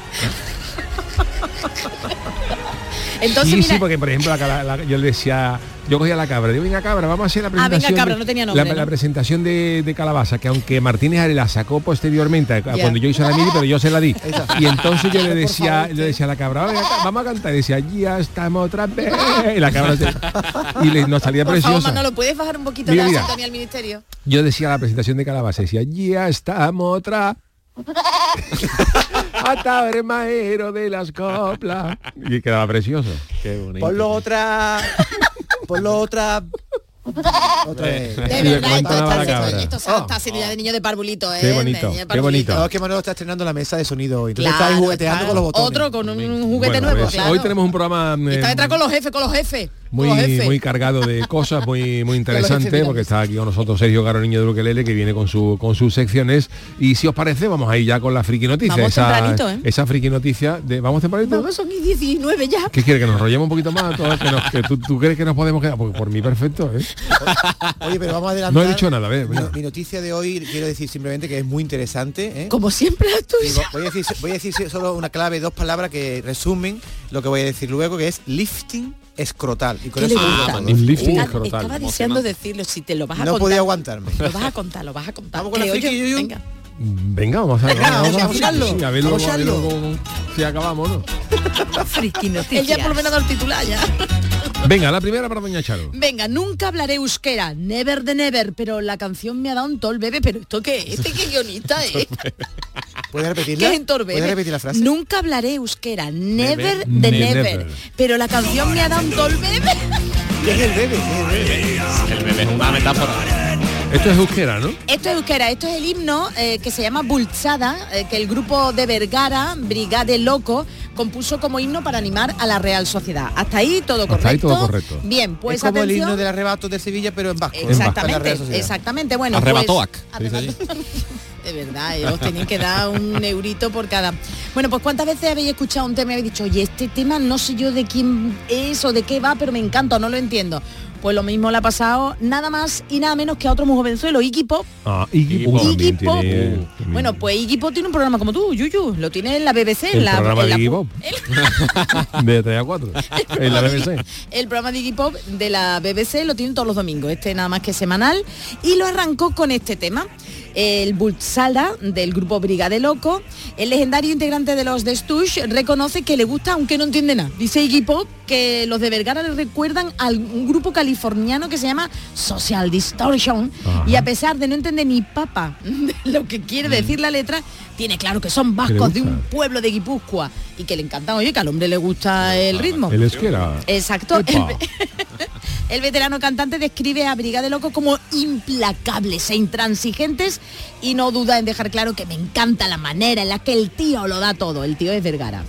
Speaker 12: Entonces,
Speaker 8: sí,
Speaker 12: mira,
Speaker 8: sí, porque por ejemplo la cala- la- yo le decía, yo cogía la cabra, digo, venga cabra, vamos a hacer la
Speaker 12: Ah, venga,
Speaker 8: presentación.
Speaker 12: cabra,
Speaker 8: de-
Speaker 12: no tenía nombre,
Speaker 8: la,
Speaker 12: ¿no?
Speaker 8: la presentación de, de calabaza, que aunque Martínez Are la sacó posteriormente, a-
Speaker 12: Ya.
Speaker 8: cuando yo hice la mili, pero yo se la di.
Speaker 14: Esa.
Speaker 8: Y entonces yo le
Speaker 14: Por
Speaker 8: decía,
Speaker 14: favor,
Speaker 8: yo le decía a la cabra, "Venga, ca- vamos a cantar, y decía, ya estamos otra vez. Y la cabra se- y le- nos salía
Speaker 12: por
Speaker 8: preciosa.
Speaker 12: favor, Manolo, ¿puedes bajar un poquito
Speaker 8: Mira,
Speaker 12: la
Speaker 8: mira.
Speaker 12: sintonía al ministerio?
Speaker 8: Yo decía la presentación de Calabaza, decía, ya estamos otra. Hasta el maero de las coplas. Y quedaba precioso.
Speaker 13: Qué bonito.
Speaker 14: Ponlo otra... Ponlo otra... Otra vez.
Speaker 12: De
Speaker 8: Y le
Speaker 12: verdad, esto,
Speaker 8: comentaba
Speaker 12: está,
Speaker 8: la
Speaker 12: haciendo-
Speaker 8: cabra.
Speaker 12: esto se- está haciendo
Speaker 14: Oh.
Speaker 12: ya de niño de parbulito, ¿eh?
Speaker 8: Qué bonito,
Speaker 12: De niño de
Speaker 8: qué
Speaker 12: parbulito.
Speaker 8: bonito.
Speaker 14: No, es que Manolo Oh, está estrenando la mesa de sonido hoy. Entonces
Speaker 12: Claro,
Speaker 14: está ahí jugueteando
Speaker 12: claro.
Speaker 14: con los botones.
Speaker 12: Otro con un, un juguete
Speaker 8: Bueno,
Speaker 12: nuevo,
Speaker 8: pues,
Speaker 12: claro.
Speaker 8: Hoy tenemos un programa eh,
Speaker 12: Está detrás con los jefes, con los jefes.
Speaker 8: muy,
Speaker 12: con los jefes.
Speaker 8: muy cargado de cosas, muy, muy
Speaker 12: Con los
Speaker 8: interesante,
Speaker 12: jefes,
Speaker 8: porque está aquí con nosotros Sergio Caro Niño de Luquelele, que viene con, su, con sus secciones. Y si os parece, vamos ahí ya con la friki noticia.
Speaker 12: Vamos
Speaker 8: esa,
Speaker 12: tempranito, ¿eh?
Speaker 8: esa friki noticia de. ¿Vamos tempranito?
Speaker 12: Vamos, son mis 19 ya.
Speaker 8: ¿Qué quiere? ¿Que nos rollemos un poquito más? ¿Todo? ¿Que nos- que tú, tú crees que nos podemos quedar? Porque por mí perfecto, ¿eh?
Speaker 14: Ah, Oye, pero vamos a
Speaker 8: No
Speaker 14: adelantar.
Speaker 8: he dicho nada, a ver,
Speaker 14: Mi,
Speaker 8: mira.
Speaker 14: mi noticia de hoy quiero decir simplemente que es muy interesante. ¿eh?
Speaker 12: Como siempre la
Speaker 14: Y
Speaker 12: tuya.
Speaker 14: vo- voy, a decir, voy a decir solo una clave, dos palabras que resumen lo que voy a decir luego, que es lifting escrotal. Y con
Speaker 12: ¿Qué
Speaker 14: eso
Speaker 12: le
Speaker 14: me
Speaker 12: gusta?
Speaker 14: acabo.
Speaker 8: Un lifting
Speaker 12: Estaba-
Speaker 8: escrotal.
Speaker 12: Estaba deseando
Speaker 8: Emocionante.
Speaker 12: decirlo, si te lo vas a
Speaker 14: no
Speaker 12: contar.
Speaker 14: podía aguantarme.
Speaker 12: Lo vas a contar, lo vas a contar.
Speaker 14: Vamos con la
Speaker 12: Creo
Speaker 14: friki,
Speaker 12: yo.
Speaker 14: Yuyu.
Speaker 12: Venga.
Speaker 8: Venga, vamos a
Speaker 14: Venga,
Speaker 8: vamos
Speaker 14: vamos a usarlo,
Speaker 8: sí, A ver luego,
Speaker 14: vamos a
Speaker 8: a ver
Speaker 14: usarlo.
Speaker 8: luego si acabamos, ¿no?
Speaker 12: Friki Él ya por lo menos ha dado el titular ya.
Speaker 8: Venga, la primera para Doña Charo.
Speaker 12: Venga, nunca hablaré euskera, never de never, pero la canción me ha dado un tol, bebé, pero esto qué, este qué guionista es.
Speaker 14: ¿Puedes repetirla?
Speaker 12: ¿Qué es en Torbe?
Speaker 14: ¿Puedes repetir la frase?
Speaker 12: Nunca hablaré euskera,
Speaker 14: Never.
Speaker 12: never de
Speaker 14: Never.
Speaker 12: never. Pero la canción me ha dado un Torbe.
Speaker 14: ¿Qué es el bebé?
Speaker 13: El bebé es una metáfora.
Speaker 8: Esto es euskera, ¿no?
Speaker 12: Esto es euskera, esto es el himno eh, que se llama Bulsada, eh, que el grupo de Vergara, Brigade Loco, compuso como himno para animar a la Real Sociedad. Hasta ahí todo correcto.
Speaker 14: Hasta ahí todo correcto.
Speaker 12: Bien, pues
Speaker 14: es como el
Speaker 12: atención.
Speaker 14: himno del arrebato de Sevilla, pero en vasco. Para la
Speaker 12: Exactamente,
Speaker 14: Real Sociedad.
Speaker 12: exactamente. Bueno, pues-
Speaker 14: Arrebatoac,
Speaker 13: se dice allí.
Speaker 12: de verdad, ellos tenían que dar un eurito por cada. Bueno, pues cuántas veces habéis escuchado un tema y habéis dicho, oye, este tema no sé yo de quién es o de qué va, pero me encanta, o no lo entiendo. Pues lo mismo le ha pasado nada más y nada menos que a otro muy jovenzuelo, Iggy Pop.
Speaker 8: Ah, Iggy Pop.
Speaker 12: Iggy
Speaker 8: también
Speaker 12: Pop.
Speaker 8: tiene-
Speaker 12: Bueno, pues Iggy Pop tiene un programa como tú, Yuyu, lo tiene en la BBC, en
Speaker 8: el
Speaker 12: la,
Speaker 8: programa
Speaker 12: en
Speaker 8: de
Speaker 12: la
Speaker 8: Iggy
Speaker 12: pu-
Speaker 8: Pop. de 3 a 4. en la BBC.
Speaker 12: El programa de Iggy Pop de la BBC lo tienen todos los domingos, este nada más que semanal, y lo arrancó con este tema, el Bultzalda del grupo Brigade Loco. El legendario integrante de los The Stooges reconoce que le gusta, aunque no entiende nada. Dice Iggy Pop que los de Vergara le recuerdan a un grupo californiano que se llama Social Distortion,
Speaker 15: Ajá.
Speaker 12: y a pesar de no entender ni papa de lo que quiere decir la letra, tiene claro que son vascos de
Speaker 8: gusta.
Speaker 12: un pueblo de Guipúzcoa y que le encanta, oye, que al hombre le gusta el ritmo.
Speaker 8: El euskera.
Speaker 12: Exacto. El,
Speaker 8: Epa.
Speaker 12: ve- el veterano cantante describe a Brigade Loco como implacables e intransigentes y no duda en dejar claro que me encanta la manera en la que el tío lo da todo. El tío es Vergara.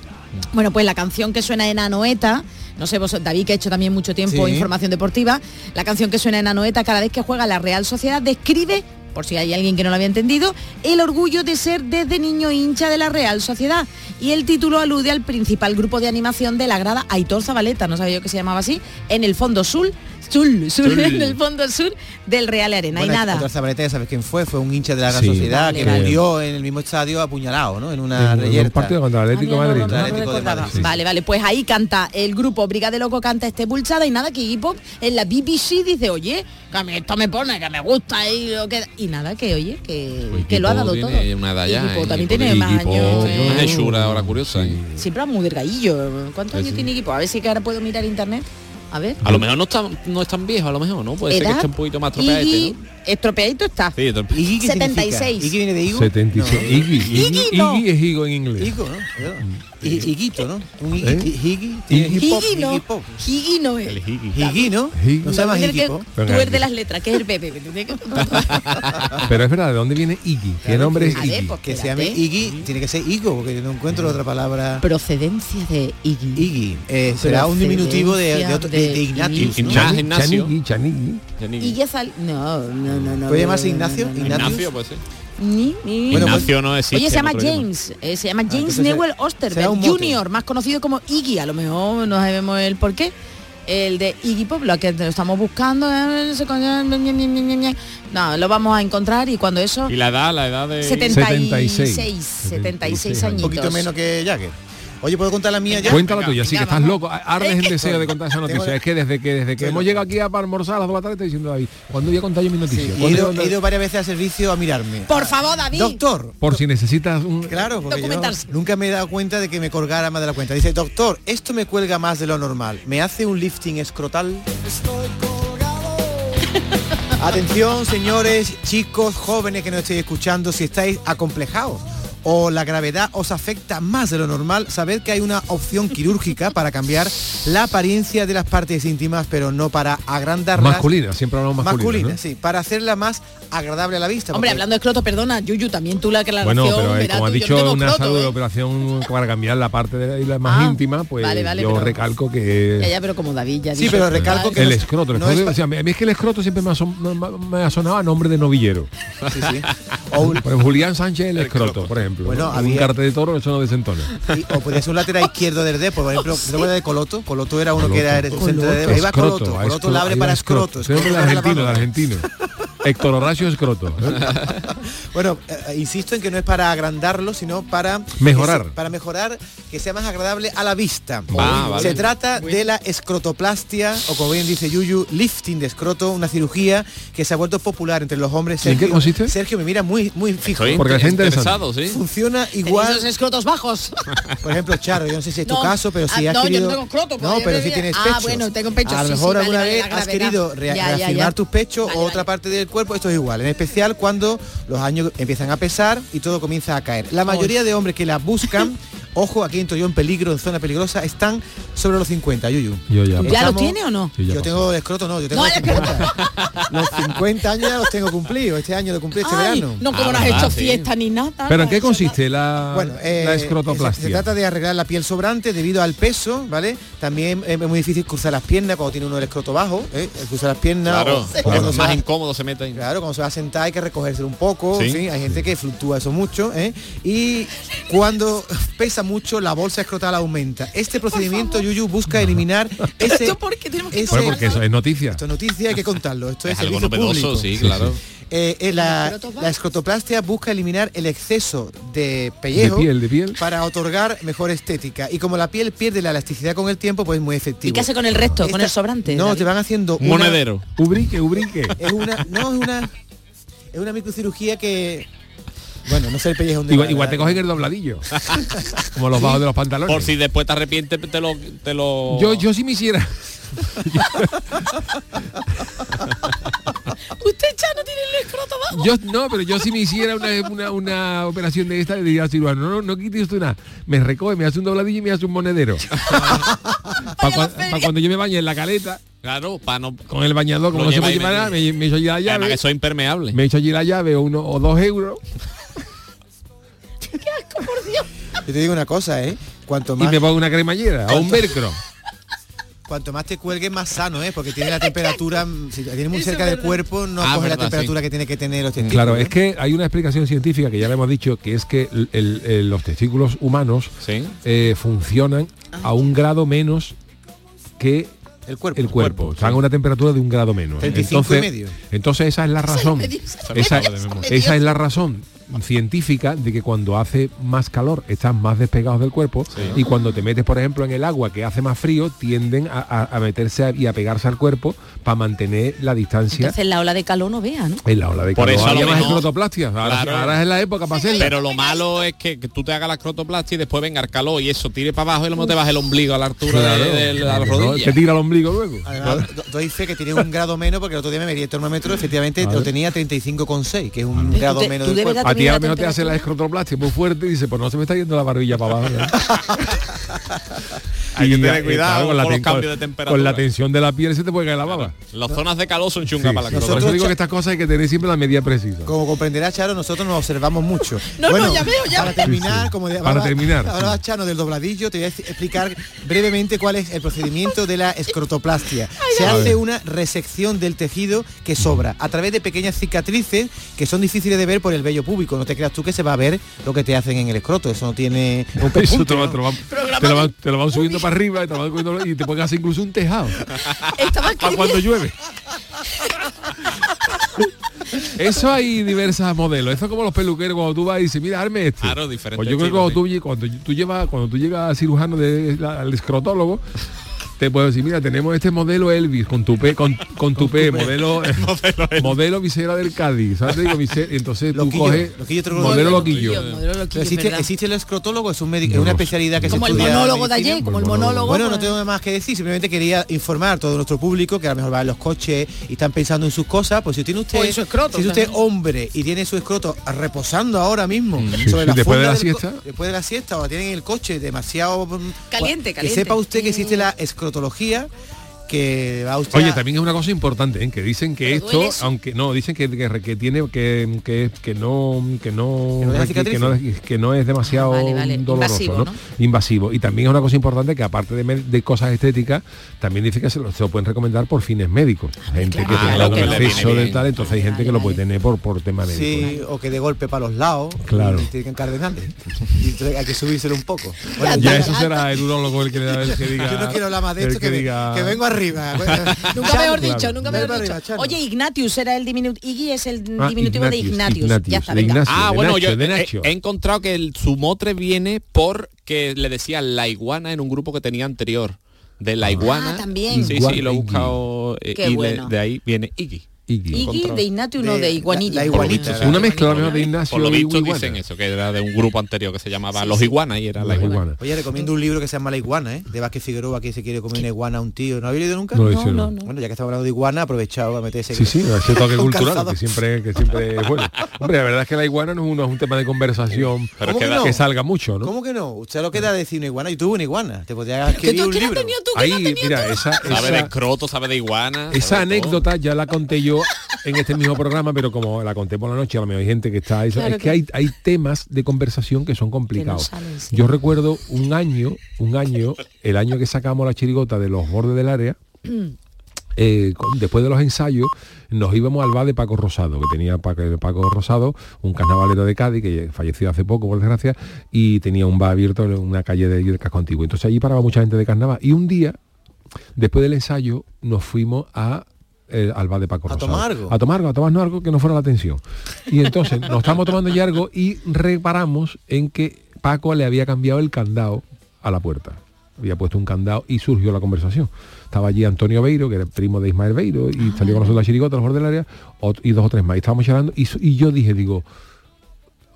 Speaker 12: Bueno, pues la canción que suena en Anoeta, no sé, vos, David, que ha hecho también mucho tiempo
Speaker 17: Sí.
Speaker 12: información deportiva, la canción que suena en Anoeta cada vez que juega la Real Sociedad describe, por si hay alguien que no lo había entendido, el orgullo de ser desde niño hincha de la Real Sociedad. Y el título alude al principal grupo de animación de la grada Aitor Zabaleta, no sabía yo que se llamaba así, en el fondo sur, sur, sur,
Speaker 14: Sur.
Speaker 12: en el fondo sur del Real Arena.
Speaker 14: Bueno,
Speaker 12: y nada.
Speaker 14: Aitor Zabaleta ya sabes quién fue, fue un hincha de la Gran
Speaker 8: Sí.
Speaker 14: Sociedad
Speaker 8: Vale,
Speaker 14: que
Speaker 8: vale.
Speaker 14: murió en el mismo estadio apuñalado, ¿no? En una
Speaker 8: En un
Speaker 14: reyerta.
Speaker 8: partido contra el Atlético
Speaker 14: Ah, mira,
Speaker 8: de
Speaker 14: no,
Speaker 8: Madrid.
Speaker 14: no, no, no, no,
Speaker 12: Recordaba. Vale, vale, pues ahí canta el grupo Brigade Loco canta este pulsada y nada, que Iggy Pop en la BBC dice, oye, que a mí esto me pone, que me gusta y lo que... Y nada, que oye, que, que lo ha dado todo.
Speaker 13: Pues Tiene una edad ya.
Speaker 12: Iggy Pop
Speaker 13: ¿eh?
Speaker 12: también
Speaker 13: Iggy
Speaker 12: tiene
Speaker 13: Pop.
Speaker 12: más
Speaker 13: Iggy Pop,
Speaker 12: años. ¿eh?
Speaker 13: tiene Una hechura ahora curiosa. ¿eh?
Speaker 12: Siempre va muy delgadillo.
Speaker 13: Pues
Speaker 12: ¿Cuántos años tiene Iggy Pop? A ver si que ahora puedo mirar internet. A ver.
Speaker 13: A lo mejor no está no es tan viejo, a lo mejor, ¿no? Puede ser que
Speaker 12: Edad,
Speaker 13: esté un poquito más tropeadito.
Speaker 12: Iggy, estropeadito está.
Speaker 13: Sí, estrope- ¿Iggy qué significa?
Speaker 12: 76.
Speaker 14: ¿Iggy viene de Igo?
Speaker 8: 76. Iggy.
Speaker 14: Iggy
Speaker 8: Iggy,
Speaker 14: no.
Speaker 8: Iggy es higo en inglés.
Speaker 14: Igo, ¿no? I- Higuito, ¿no? Un Higgy.
Speaker 8: ¿Eh?
Speaker 14: Higgy.
Speaker 8: Iggy Pop,
Speaker 12: Higgy no. Higgy no es.
Speaker 14: Higgy, ¿no? No se llama
Speaker 12: Tú eres el
Speaker 14: Higgy
Speaker 12: que-
Speaker 14: Pop.
Speaker 12: Tú eres de las letras, que es el bebé. que tiene que-
Speaker 8: Pero es verdad, ¿de dónde viene Iggy? ¿Qué nombre es
Speaker 12: A ver,
Speaker 8: Iggy?
Speaker 12: pues
Speaker 14: Que se
Speaker 12: espérate.
Speaker 14: llame Iggy, tiene que ser Igo, porque yo no encuentro otra palabra.
Speaker 12: Procedencia de Iggy.
Speaker 14: Iggy. Eh, será un diminutivo de, de, otro- de- de Ignatius. ¿no?
Speaker 8: Chani- Chanigi, Chanigi.
Speaker 12: Y ya sal... No, no, no, no.
Speaker 14: ¿Puede
Speaker 12: no,
Speaker 14: llamarse
Speaker 12: no, no,
Speaker 14: Ignacio?
Speaker 12: no, no.
Speaker 14: Ignacio.
Speaker 7: pues,
Speaker 13: puede ser.
Speaker 12: Ni, ni-
Speaker 13: Bueno, Ignacio pues- no existe
Speaker 12: Oye, se
Speaker 13: en
Speaker 12: llama
Speaker 13: otro idioma.
Speaker 12: James, eh, se
Speaker 14: Ah,
Speaker 12: llama James
Speaker 13: entonces
Speaker 12: Newell
Speaker 13: será
Speaker 12: Osterberg
Speaker 13: un mote.
Speaker 12: Jr., más conocido como Iggy, a lo mejor no sabemos el por qué. El de Iggy Pop, lo que lo estamos buscando, eh, no sé con- no, lo vamos a encontrar y cuando eso...
Speaker 13: Y la edad, la edad de
Speaker 12: 76, 76
Speaker 14: Un
Speaker 12: añitos.
Speaker 14: poquito menos que Jagger. Oye, ¿puedo contar la mía ya?
Speaker 8: Cuenta la tuya, sí, que estás loco. Ahora es el deseo de contar esa
Speaker 14: Tengo
Speaker 8: noticia.
Speaker 14: la-
Speaker 8: Es que desde que desde que
Speaker 14: Estoy
Speaker 8: hemos
Speaker 14: loco.
Speaker 8: llegado aquí a para almorzar a las 2 de la tarde, estoy diciendo David, ¿cuándo voy a contar yo mi noticia?
Speaker 14: He
Speaker 8: ¿Cuándo voy a
Speaker 14: ido,
Speaker 8: contar?
Speaker 14: he ido varias veces al servicio a mirarme.
Speaker 12: Por favor, David.
Speaker 14: Doctor,
Speaker 8: Por si necesitas un...
Speaker 14: Claro, porque yo
Speaker 12: Documentarse.
Speaker 14: nunca me he dado cuenta de que me colgara más de la cuenta. Dice, doctor, esto me cuelga más de lo normal. ¿Me hace un lifting escrotal? Atención, señores, chicos, jóvenes que nos estéis escuchando, si estáis acomplejados o la gravedad os afecta más de lo normal, sabed que hay una opción quirúrgica para cambiar la apariencia de las partes íntimas, pero no para agrandarlas.
Speaker 8: Masculina, siempre hablamos masculina.
Speaker 14: Masculina,
Speaker 8: ¿no?
Speaker 14: sí, para hacerla más agradable a la vista.
Speaker 12: Hombre,
Speaker 14: porque-
Speaker 12: hablando de escroto, perdona, Yuyu, también tú la aclaración,
Speaker 8: Bueno, pero eh,
Speaker 12: verás
Speaker 8: como
Speaker 12: tú,
Speaker 8: ha
Speaker 12: yo no
Speaker 8: dicho
Speaker 12: tengo
Speaker 8: una
Speaker 12: escroto,
Speaker 8: salud
Speaker 12: ¿eh?
Speaker 8: de operación para cambiar la parte de la isla más
Speaker 12: Ah,
Speaker 8: íntima, pues
Speaker 12: vale, vale,
Speaker 8: yo
Speaker 12: pero-
Speaker 8: recalco que...
Speaker 12: Ya, ya, pero como David ya
Speaker 14: Sí,
Speaker 12: dijo,
Speaker 14: pero
Speaker 12: ¿verdad?
Speaker 14: recalco que
Speaker 8: el
Speaker 14: no-
Speaker 8: escroto, el
Speaker 14: no es
Speaker 8: escroto,
Speaker 14: pa-
Speaker 8: o sea, a mí es que el escroto siempre me ha, son- me ha sonado a nombre de novillero.
Speaker 14: Sí, sí. O un-
Speaker 8: Por ejemplo, Julián Sánchez el escroto, por ejemplo.
Speaker 14: Bueno,
Speaker 8: ¿no? Un
Speaker 14: había-
Speaker 8: carte de toro, eso no desentona.
Speaker 14: Sí, o podía ser un lateral izquierdo del Depor, por ejemplo, creo que era de Coloto, Coloto era uno que era el
Speaker 8: Coloto.
Speaker 14: centro de Ahí va Coloto, Coloto,
Speaker 8: a escroto,
Speaker 14: la abre
Speaker 8: ahí
Speaker 14: para
Speaker 8: va
Speaker 14: escroto.
Speaker 8: Soy hombre de
Speaker 14: escroto abre
Speaker 8: argentino, de
Speaker 14: la mano.
Speaker 8: argentino. Héctor Horacio Escroto. ¿eh?
Speaker 14: Bueno, eh, insisto en que no es para agrandarlo, sino para
Speaker 8: Mejorar.
Speaker 14: que se- para mejorar que sea más agradable a la vista.
Speaker 8: Va, vale.
Speaker 14: Se trata de la escrotoplastia o como bien dice Yuyu, lifting de escroto, una cirugía que se ha vuelto popular entre los hombres.
Speaker 8: ¿Y en qué consiste?
Speaker 14: Sergio me mira muy muy fijo.
Speaker 8: Estoy Porque es interesante. interesado,
Speaker 14: Funciona
Speaker 12: Tenéis
Speaker 14: igual
Speaker 12: esos escrotos bajos.
Speaker 14: Por ejemplo, Charo, yo no sé si es tu
Speaker 12: No,
Speaker 14: caso, pero si
Speaker 12: ah,
Speaker 14: has
Speaker 12: no, yo
Speaker 14: querido...
Speaker 12: no tengo escroto,
Speaker 14: No,
Speaker 12: porque-
Speaker 14: pero si tienes
Speaker 12: Ah,
Speaker 14: pecho.
Speaker 12: bueno, tengo pecho,
Speaker 14: A
Speaker 12: sí,
Speaker 14: lo
Speaker 12: sí,
Speaker 14: mejor
Speaker 12: vale,
Speaker 14: alguna
Speaker 12: vale,
Speaker 14: vez
Speaker 12: la
Speaker 14: has
Speaker 12: gravedad.
Speaker 14: querido rea-
Speaker 12: Ya, ya,
Speaker 14: reafirmar
Speaker 12: ya.
Speaker 14: tus pechos o otra parte del cuerpo, esto es igual. En especial cuando los años años empiezan a pesar y todo comienza a caer. La mayoría de hombres que la buscan, ojo, aquí entro yo en peligro, en zona peligrosa, están sobre los 50, Yuyu.
Speaker 8: Yo ya.
Speaker 12: ¿Tú ya lo tienes o no? Sí, ya
Speaker 14: yo tengo el escroto, no, yo tengo los 50. los 50 años ya los tengo cumplidos, este año lo cumplí este
Speaker 12: Ay,
Speaker 14: verano.
Speaker 12: No, como no has hecho fiesta ni nada.
Speaker 8: ¿Pero en
Speaker 12: no
Speaker 8: qué
Speaker 12: has hecho
Speaker 8: consiste Ah, la,
Speaker 14: Bueno, eh,
Speaker 8: la
Speaker 14: se, se
Speaker 8: escrotoplastia?
Speaker 14: trata de arreglar la piel sobrante debido al peso, ¿vale? También eh, es muy difícil cruzar las piernas cuando tiene uno el escroto bajo, ¿eh? El cruzar las piernas. o-
Speaker 13: Claro,
Speaker 14: o
Speaker 13: es
Speaker 14: cuando se
Speaker 13: más
Speaker 14: va-
Speaker 13: incómodo se mete.
Speaker 14: Claro, cuando se va a sentar hay que recogerse un poco,
Speaker 13: Sí.
Speaker 14: ¿sí? hay gente que fluctúa eso mucho, ¿eh? y cuando pesa mucho la bolsa escrotal aumenta. Este procedimiento Yuyu busca eliminar ese
Speaker 12: ¿Esto por qué tenemos que
Speaker 14: ese-
Speaker 8: Bueno, porque eso es noticia.
Speaker 14: esto es noticia, hay que contarlo. Esto es,
Speaker 13: Es algo
Speaker 14: servicio
Speaker 13: novedoso,
Speaker 14: público.
Speaker 13: sí, claro.
Speaker 14: Eh, eh, la, la escrotoplastia busca eliminar el exceso de pellejo
Speaker 8: De piel, de piel.
Speaker 14: para otorgar mejor estética. Y como la piel pierde la elasticidad con el tiempo, pues es muy efectivo.
Speaker 12: ¿Y qué hace con el resto? ¿Con
Speaker 14: Esta-
Speaker 12: el sobrante?
Speaker 14: No,
Speaker 12: David?
Speaker 14: te van haciendo
Speaker 13: Un
Speaker 14: una-
Speaker 13: monedero.
Speaker 8: Ubrique, ubrique.
Speaker 14: es una, no, es una, es una microcirugía que, bueno, no sé el pellejo donde
Speaker 8: Igual,
Speaker 14: va,
Speaker 8: igual te
Speaker 14: ¿verdad?
Speaker 8: cogen el dobladillo. como los bajos de los pantalones.
Speaker 13: Por si después te arrepientes, te lo... Te lo...
Speaker 8: Yo, yo si me hiciera.
Speaker 12: Usted ya no tiene el escroto bajo.
Speaker 8: Yo no, pero yo si me hiciera una, una, una operación de esta, le diría al cirujano, no, no, no quites tú nada. Me recoge, me hace un dobladillo y me hace un monedero. Para cuando yo me bañe en la caleta,
Speaker 13: Claro, para no...
Speaker 8: con el bañador, como no
Speaker 13: Lo
Speaker 8: se
Speaker 13: lleva
Speaker 8: puede
Speaker 13: ahí
Speaker 8: llevar nada, me, me echo allí la
Speaker 13: Además
Speaker 8: llave.
Speaker 13: que soy impermeable.
Speaker 8: Me echo allí la llave o uno o dos euros
Speaker 12: ¡Qué asco, por Dios!
Speaker 14: Yo te digo una cosa, ¿eh? Cuanto
Speaker 8: y
Speaker 14: más,
Speaker 8: me pongo una cremallera o un velcro.
Speaker 14: cuanto más te cuelgues, más sano, ¿eh? Porque tiene la temperatura, mm, si la tienes muy
Speaker 12: Eso es
Speaker 14: cerca del
Speaker 12: verdad.
Speaker 14: cuerpo, no
Speaker 13: Ah,
Speaker 14: coge la
Speaker 13: verdad,
Speaker 14: temperatura que tiene que tener los testículos.
Speaker 8: Claro,
Speaker 14: ¿eh?
Speaker 8: es que hay una explicación científica que ya le hemos dicho, que es que el- el- el- los testículos humanos
Speaker 13: Sí.
Speaker 16: Ah,
Speaker 8: eh, funcionan a un grado menos que
Speaker 14: el cuerpo.
Speaker 8: el cuerpo. Están a una temperatura de un grado menos.
Speaker 14: 35 y
Speaker 8: entonces,
Speaker 14: medio.
Speaker 8: entonces esa es la razón.
Speaker 12: medio, eso
Speaker 8: Esa,
Speaker 13: medio, eso medio.
Speaker 8: esa es la razón científica de que cuando hace más calor estás más despegados del cuerpo y cuando te metes por ejemplo en el agua que hace más frío tienden a, a- a meterse a- y a pegarse al cuerpo para mantener la distancia
Speaker 12: Entonces la ola de calor no vea, ¿no?
Speaker 8: en la ola de
Speaker 13: Por
Speaker 8: calor.
Speaker 13: eso a lo
Speaker 8: Había más
Speaker 13: mejor-
Speaker 8: escrotoplastias. Ahora,
Speaker 13: Claro.
Speaker 8: ahora es la época para hacerla.
Speaker 13: Pero lo malo es que, que tú te hagas la crotoplastia y después venga el calor y eso tire para abajo y luego te baja el ombligo a la altura
Speaker 8: Claro.
Speaker 13: de, de la
Speaker 8: No,
Speaker 13: rodilla.
Speaker 8: te tira el ombligo luego.
Speaker 14: Además, do- doy fe que tiene un grado menos porque el otro día me medí el termómetro, efectivamente
Speaker 8: Vale.
Speaker 14: lo tenía 35,6, que es un grado
Speaker 12: Tú te-
Speaker 14: menos
Speaker 12: tú
Speaker 14: del
Speaker 12: de verdad
Speaker 14: cuerpo.
Speaker 8: A ti
Speaker 12: mira
Speaker 8: a
Speaker 12: la
Speaker 8: lo mejor te hace la
Speaker 12: temperatura.
Speaker 8: escrotoplastia muy fuerte y dice, pues no se me está yendo la barbilla para abajo.
Speaker 13: Hay que
Speaker 8: Y,
Speaker 13: tener
Speaker 8: eh,
Speaker 13: cuidado
Speaker 8: claro,
Speaker 13: con los
Speaker 8: ten-
Speaker 13: cambios de
Speaker 8: Con
Speaker 13: temperatura.
Speaker 8: la tensión de la piel se te puede caer la baba.
Speaker 13: Las zonas de calor son
Speaker 8: Sí,
Speaker 13: chungas para la
Speaker 8: sí, por
Speaker 13: crotoplastia.
Speaker 8: eso digo que estas cosas hay que tener siempre la medida precisa.
Speaker 14: Como comprenderás, Charo, nosotros nos observamos mucho.
Speaker 12: No, no, ya veo, ya
Speaker 14: Para
Speaker 12: veo.
Speaker 14: terminar,
Speaker 8: Sí, sí.
Speaker 14: como de-
Speaker 8: Para
Speaker 14: hablaba-
Speaker 8: terminar,
Speaker 14: hablaba Chano del dobladillo, te voy a ex- explicar brevemente cuál es el procedimiento de la escrotoplastia. Se
Speaker 8: A ver.
Speaker 14: hace una resección del tejido que sobra a través de pequeñas cicatrices que son difíciles de ver por el vello público. No te creas tú que se va a ver lo que te hacen en el escroto, eso no tiene un
Speaker 8: Eso
Speaker 14: pespunte,
Speaker 8: te, lo,
Speaker 14: ¿no?
Speaker 8: te lo van, te lo van- te lo van subiendo para arriba y te, lo van subiendo- y te pueden hacer incluso un tejado.
Speaker 12: Estaba
Speaker 8: Para cuando llueve. Eso hay diversas modelos. Eso es como los peluqueros cuando tú vas y dices, mira, arme este.
Speaker 13: Claro, diferentes
Speaker 8: Pues yo creo que cuando
Speaker 13: tipos,
Speaker 8: tú, lle- cuando tú llevas, cuando tú llegas al cirujano de, la- al escrotólogo, te puedo decir, mira, tenemos este modelo Elvis con tu P, con, con tu P, modelo, modelo visera del Cádiz. ¿sabes? Te digo, vise- entonces tú
Speaker 14: Loquillo,
Speaker 8: coges
Speaker 14: loquillo troglodita.
Speaker 8: modelo
Speaker 12: Loquillo,
Speaker 8: loquillo.
Speaker 12: modelo loquillo,
Speaker 14: Pero existe,
Speaker 12: ¿verdad?
Speaker 14: existe el escrotólogo, es un médico,
Speaker 8: No
Speaker 14: es una
Speaker 8: lo sé.
Speaker 14: especialidad que
Speaker 12: como
Speaker 14: se
Speaker 12: el
Speaker 14: estudia en
Speaker 12: monólogo de
Speaker 14: medicina.
Speaker 12: ayer, como el
Speaker 8: Bueno,
Speaker 12: monólogo.
Speaker 14: Bueno, no
Speaker 12: pues.
Speaker 14: tengo nada más que decir, simplemente quería informar a todo nuestro público que a lo mejor va en los coches y están pensando en sus cosas, pues si tiene usted,
Speaker 12: O en su escroto
Speaker 14: si es usted
Speaker 12: también.
Speaker 14: hombre y tiene su escroto reposando ahora mismo sobre
Speaker 8: Mm. sí,
Speaker 14: la
Speaker 8: después
Speaker 14: funda
Speaker 8: de la
Speaker 14: del
Speaker 8: siesta.
Speaker 14: co- después de la siesta o la tienen en el coche demasiado mm,
Speaker 12: Caliente,
Speaker 14: que
Speaker 12: caliente.
Speaker 14: sepa usted que existe
Speaker 12: Mm.
Speaker 14: la escrotología que va usted
Speaker 8: Oye,
Speaker 14: a-
Speaker 8: también es una cosa importante, ¿eh? que dicen que
Speaker 12: Pero duele
Speaker 8: esto,
Speaker 12: eso.
Speaker 8: aunque no, dicen que, que, que tiene que, que, que no que no
Speaker 14: Que no deja
Speaker 8: que- que no- que no es demasiado
Speaker 12: Ah, vale, vale.
Speaker 8: doloroso,
Speaker 12: Invasivo,
Speaker 8: ¿no?
Speaker 12: ¿no?
Speaker 8: Invasivo. Y también es una cosa importante que aparte de, me- de cosas estéticas, también dice que se lo, se lo pueden recomendar por fines médicos. gente
Speaker 12: claro.
Speaker 8: que
Speaker 12: Ah,
Speaker 8: tenga
Speaker 13: claro,
Speaker 8: un
Speaker 13: que le viene
Speaker 8: exceso de
Speaker 13: bien.
Speaker 8: tal, entonces hay
Speaker 12: Vale,
Speaker 8: gente que lo
Speaker 12: vale,
Speaker 8: puede
Speaker 12: vale.
Speaker 8: tener por, por tema médico.
Speaker 14: Sí, o que de golpe para los lados,
Speaker 8: Claro.
Speaker 14: y tienen cardenales. Y entonces hay que subírselo un poco. Bueno,
Speaker 8: Ya eso será el urólogo el que le da el que diga.
Speaker 14: yo no quiero hablar más de
Speaker 8: el
Speaker 14: esto, que, me-
Speaker 8: diga-
Speaker 14: que vengo arriba.
Speaker 12: Nunca mejor dicho,
Speaker 8: Claro.
Speaker 12: nunca
Speaker 14: Dale
Speaker 12: mejor
Speaker 14: para
Speaker 12: dicho.
Speaker 14: arriba, Chano.
Speaker 12: Oye, Ignatius era el diminutivo. Iggy es el
Speaker 8: Ah,
Speaker 12: diminutivo de Ignatius. Ya está,
Speaker 8: de
Speaker 12: venga.
Speaker 8: Ignacio,
Speaker 13: Ah,
Speaker 8: de
Speaker 13: bueno,
Speaker 8: Nacho,
Speaker 13: yo
Speaker 8: de
Speaker 13: he-
Speaker 8: Nacho.
Speaker 13: he, encontrado que el sumotre viene porque le decían la iguana en un grupo que tenía anterior. De la iguana.
Speaker 12: también.
Speaker 13: Sí,
Speaker 8: Iguana
Speaker 13: sí, lo he
Speaker 8: Iggy.
Speaker 13: buscado eh,
Speaker 12: Qué
Speaker 13: y le-
Speaker 12: bueno.
Speaker 13: de ahí viene Iggy.
Speaker 8: Iggy.
Speaker 12: Iggy de Ignatius, no, de Iguanilla.
Speaker 8: Una mezcla a lo mejor de Ignacio
Speaker 13: Por lo
Speaker 8: y
Speaker 13: visto
Speaker 8: Iguana.
Speaker 13: dicen eso, que era de un grupo anterior que se llamaba Los Iguanas y era la
Speaker 8: Los
Speaker 13: iguana.
Speaker 8: Iguanas.
Speaker 14: Oye, recomiendo un libro que se llama La Iguana, ¿eh? De Vázquez Figueroa, que se quiere comer una iguana a un tío. ¿No habéis leído nunca?
Speaker 8: No, ese no.
Speaker 14: Bueno, ya que estamos hablando de iguana, aprovechado a meterse.
Speaker 8: Sí, sí, ese toque
Speaker 14: Un
Speaker 8: cultural
Speaker 14: calzado.
Speaker 8: que siempre, que siempre es bueno. Hombre, la verdad es que la iguana no es, uno- es un tema de conversación
Speaker 14: Pero es que da-
Speaker 8: salga mucho, ¿no?
Speaker 14: ¿Cómo que no? Usted lo queda decir una iguana. Yo tuve una iguana. Te podría escribir un libro.
Speaker 8: Ahí, mira, esa,
Speaker 13: Sabe de
Speaker 8: esa-
Speaker 13: escroto, sabe de iguana.
Speaker 8: Esa anécdota ya la conté yo en este mismo programa, pero como la conté por la noche, a lo mejor hay gente que está... eso-
Speaker 13: Claro
Speaker 8: es que,
Speaker 13: que-
Speaker 8: hay, hay temas de conversación que son complicados.
Speaker 13: salen, sí.
Speaker 8: Yo recuerdo un año, un año, el año que sacamos la chirigota de los bordes del área, eh, con- después de los ensayos nos íbamos al bar de Paco Rosado, que tenía Paco, Paco Rosado, un carnavalero de Cádiz, que falleció hace poco, por desgracia, y tenía un bar abierto en una calle de, del casco antiguo. Entonces allí paraba mucha gente de carnaval. Y un día, después del ensayo, nos fuimos a eh, al bar de Paco
Speaker 14: ¿A
Speaker 8: Rosado.
Speaker 14: tomar algo?
Speaker 8: A tomar algo, a tomarnos algo que no fuera la atención. Y entonces nos estábamos tomando ya algo y reparamos en que Paco le había cambiado el candado a la puerta. Había puesto un candado y surgió la conversación. Estaba allí Antonio Beiro, que era el primo de Ismael Beiro, y salió con nosotros la chirigota, los bordes del área, ot- y dos o tres más. Y estábamos charlando y, su- y yo dije, digo,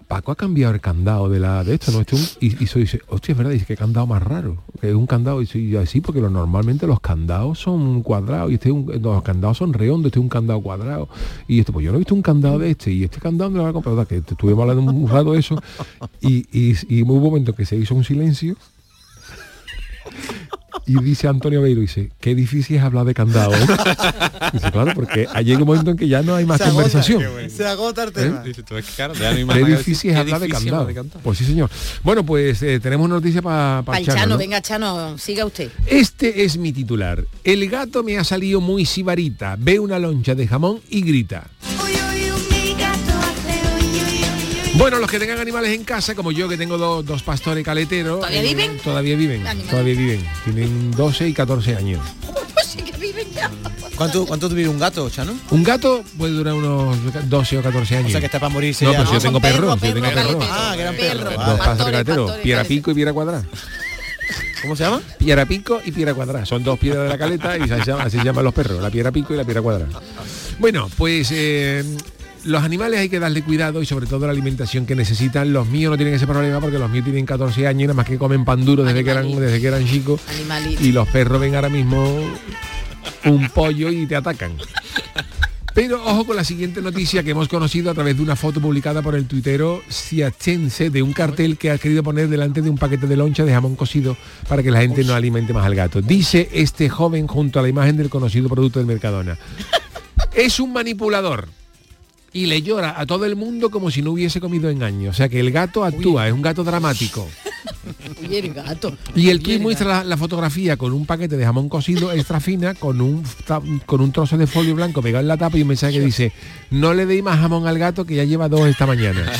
Speaker 8: Paco ha cambiado el candado de la de esto, ¿no? Este un- y, y soy dice, hostia, es verdad, dice que candado más raro. Que es un candado, y soy yo, sí, porque lo- normalmente los candados son cuadrados, y este es un- no, los candados son redondos, este es un candado cuadrado. Y esto, pues yo no he visto un candado de este, y este candado no lo va a comprar, ¿verdad? que estuvimos hablando un rato de eso, y, y, y hubo un momento que se hizo un silencio. Y dice Antonio Beiro, dice, qué difícil es hablar de candado. ¿eh?". Dice, claro, porque hay un momento en que ya no hay más
Speaker 14: Se agota,
Speaker 8: conversación. ¿Eh?
Speaker 14: Se agota el tema.
Speaker 13: Dice, tú, es que claro, ya no hay más
Speaker 8: Qué
Speaker 13: nada que
Speaker 8: difícil
Speaker 13: decir,
Speaker 8: es
Speaker 13: qué
Speaker 8: hablar de
Speaker 13: difícil
Speaker 8: candado.
Speaker 13: hablar de candado.
Speaker 8: Pues sí, señor. Bueno, pues eh, tenemos una noticia para
Speaker 12: Pal
Speaker 8: Chano.
Speaker 12: Chano,
Speaker 8: ¿no?
Speaker 12: venga Chano, siga usted.
Speaker 8: Este es mi titular. El gato me ha salido muy sibarita. Ve una loncha de jamón y grita. Bueno, los que tengan animales en casa, como yo que tengo dos, dos pastores caleteros. eh,
Speaker 12: ¿Todavía viven?
Speaker 8: Todavía viven,
Speaker 12: Animales.
Speaker 8: todavía viven. Tienen 12 y 14 años.
Speaker 12: Pues sí que viven ya.
Speaker 14: ¿Cuánto, ¿Cuánto vive un gato, Chano?
Speaker 8: Un gato puede durar unos 12 o 14 años. O sea que
Speaker 14: está para morirse
Speaker 8: No,
Speaker 14: ya.
Speaker 8: pero si yo
Speaker 14: No,
Speaker 8: tengo
Speaker 14: son perros,
Speaker 8: perros, yo tengo
Speaker 14: perros,
Speaker 8: perros.
Speaker 14: galetero. Ah, que eran perros.
Speaker 8: Dos
Speaker 14: Ah,
Speaker 8: pastores
Speaker 14: pastores,
Speaker 8: caleteros,
Speaker 14: pastores,
Speaker 8: piedra pico y piedra cuadrada.
Speaker 14: ¿Cómo se llama?
Speaker 8: Piedra pico y piedra cuadrada. Son dos piedras de la caleta y se llama- así se llaman los perros, la piedra pico y la piedra cuadrada. Bueno, pues eh, los animales hay que darle cuidado y sobre todo la alimentación que necesitan. Los míos no tienen ese problema porque los míos tienen 14 años y nada más que comen pan duro desde que eran, desde que eran chicos.
Speaker 12: Animalito.
Speaker 8: Y los perros ven ahora mismo un pollo y te atacan. Pero ojo con la siguiente noticia que hemos conocido a través de una foto publicada por el tuitero Siachense de un cartel que ha querido poner delante de un paquete de loncha de jamón cocido para que la gente no alimente más al gato. Dice este joven junto a la imagen del conocido producto del Mercadona. Es un manipulador y le llora a todo el mundo como si no hubiese comido engaño. O sea que el gato actúa, es un gato dramático.
Speaker 12: Oye, el gato.
Speaker 8: Y el tuit muestra la, la fotografía con un paquete de jamón cocido extra fina con un, ta- con un trozo de folio blanco pegado en la tapa y un mensaje que dice no le deis más jamón al gato que ya lleva dos esta mañana.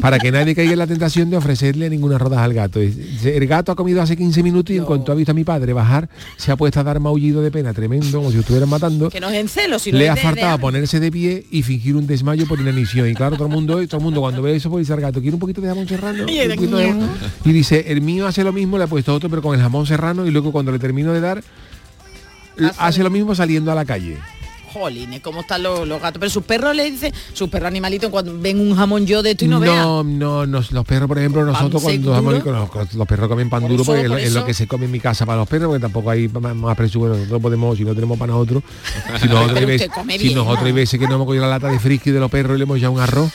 Speaker 8: Para que nadie caiga en la tentación de ofrecerle ninguna rodaja al gato. Dice, El gato ha comido hace 15 minutos y en cuanto ha visto a mi padre bajar, se ha puesto a dar maullido de pena tremendo, como si lo estuvieran matando
Speaker 12: Que no es en celo, sino
Speaker 8: le
Speaker 12: es
Speaker 8: ha
Speaker 12: de-
Speaker 8: faltado
Speaker 12: de-
Speaker 8: ponerse de pie y fingir un desmayo por inanición. Y claro, todo el mundo, todo el mundo cuando ve eso, pues dice al gato, ¿quiere un poquito de jamón serrano?
Speaker 12: Y el
Speaker 8: Un poquito de jamón".
Speaker 12: mío.
Speaker 8: Y dice, el mío hace lo mismo, le ha puesto otro, pero con el jamón serrano, y luego cuando le termino de dar, l- hace lo mismo saliendo a la calle.
Speaker 12: Jolines, cómo están los, los gatos. Pero sus perros le dicen, sus perros animalitos, cuando ven un jamón yo de esto y no, vean.
Speaker 8: No, no, nos- los perros, por ejemplo, nosotros cuando
Speaker 12: seco
Speaker 8: jamón-
Speaker 12: duro?
Speaker 8: los, los- los perros comen pan
Speaker 12: Por
Speaker 8: duro
Speaker 12: eso,
Speaker 8: porque es lo-
Speaker 12: por
Speaker 8: es lo
Speaker 12: eso.
Speaker 8: que se come en mi casa para los perros, porque tampoco hay ma- más presupuesto, nosotros podemos, si no tenemos para nosotros, si nosotros, hay
Speaker 12: Pero usted
Speaker 8: veces,
Speaker 12: come
Speaker 8: si
Speaker 12: bien,
Speaker 8: nosotros hay
Speaker 12: ¿no?
Speaker 8: veces que no hemos cogido la lata de frisky de los perros y le hemos echado un arroz.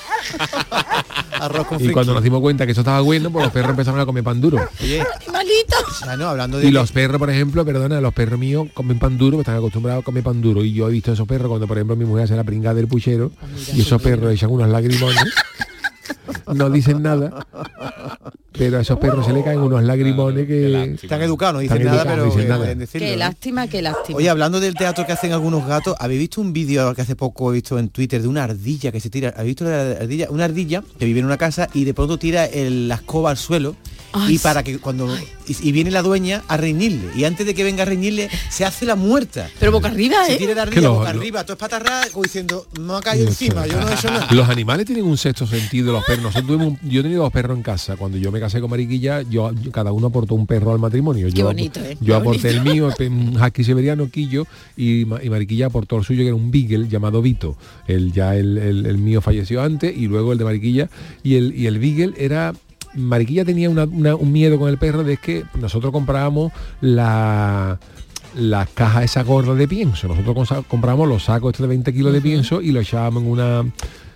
Speaker 14: Arroz con
Speaker 8: Y
Speaker 14: friki.
Speaker 8: cuando nos dimos cuenta que eso estaba bueno, pues los perros empezaron a comer pan duro.
Speaker 14: Oye,
Speaker 12: Animalito.
Speaker 14: Chano, Ah, hablando de...
Speaker 8: Y los perros, por ejemplo, perdona, los perros míos comen pan duro, están acostumbrados a comer pan duro. Y yo he visto a esos perros cuando, por ejemplo, mi mujer hace la pringada del puchero y esos perros echan unos lagrimones. No dicen nada, pero a esos perros se le caen unos lagrimones que...
Speaker 14: Están educados, no dicen
Speaker 8: Están
Speaker 14: nada,
Speaker 8: educados,
Speaker 14: pero
Speaker 8: no dicen
Speaker 14: eh,
Speaker 8: nada.
Speaker 14: pueden decirlo.
Speaker 12: Qué
Speaker 14: ¿no?
Speaker 12: lástima, qué lástima.
Speaker 14: Oye, hablando del teatro que hacen algunos gatos, ¿habéis visto un vídeo que hace poco he visto en Twitter de una ardilla que se tira? ¿Habéis visto la ardilla? Una ardilla que vive en una casa y de pronto tira el- la escoba al suelo y para que cuando y, y viene la dueña a reñirle y antes de que venga a reñirle se hace la muerta.
Speaker 12: Pero boca arriba,
Speaker 14: Se
Speaker 12: ¿eh?
Speaker 14: tiene de
Speaker 8: Que
Speaker 14: arriba,
Speaker 8: lo-
Speaker 14: boca
Speaker 8: lo-
Speaker 14: arriba, todo es patarra, como diciendo, no ha caído encima, yo no he hecho nada.
Speaker 8: Los animales tienen un sexto sentido, los perros. Nosotros tuvimos un- yo he tenido dos perros en casa. Cuando yo me casé con Mariquilla, yo, yo- cada uno aportó un perro al matrimonio. yo,
Speaker 12: bonito, ¿eh? Qué
Speaker 8: yo aporté
Speaker 12: bonito.
Speaker 8: el mío, pe- un husky siberiano, Quillo, y, Ma- y Mariquilla aportó el suyo, que era un beagle llamado Vito. El, ya el, el- el mío falleció antes y luego el de Mariquilla. Y el, y el beagle era... Mariquilla tenía una- una- un miedo con el perro de que nosotros comprábamos la las cajas esas gordas de pienso. Nosotros consa- compramos los sacos estos de 20 kilos de pienso y lo echábamos en una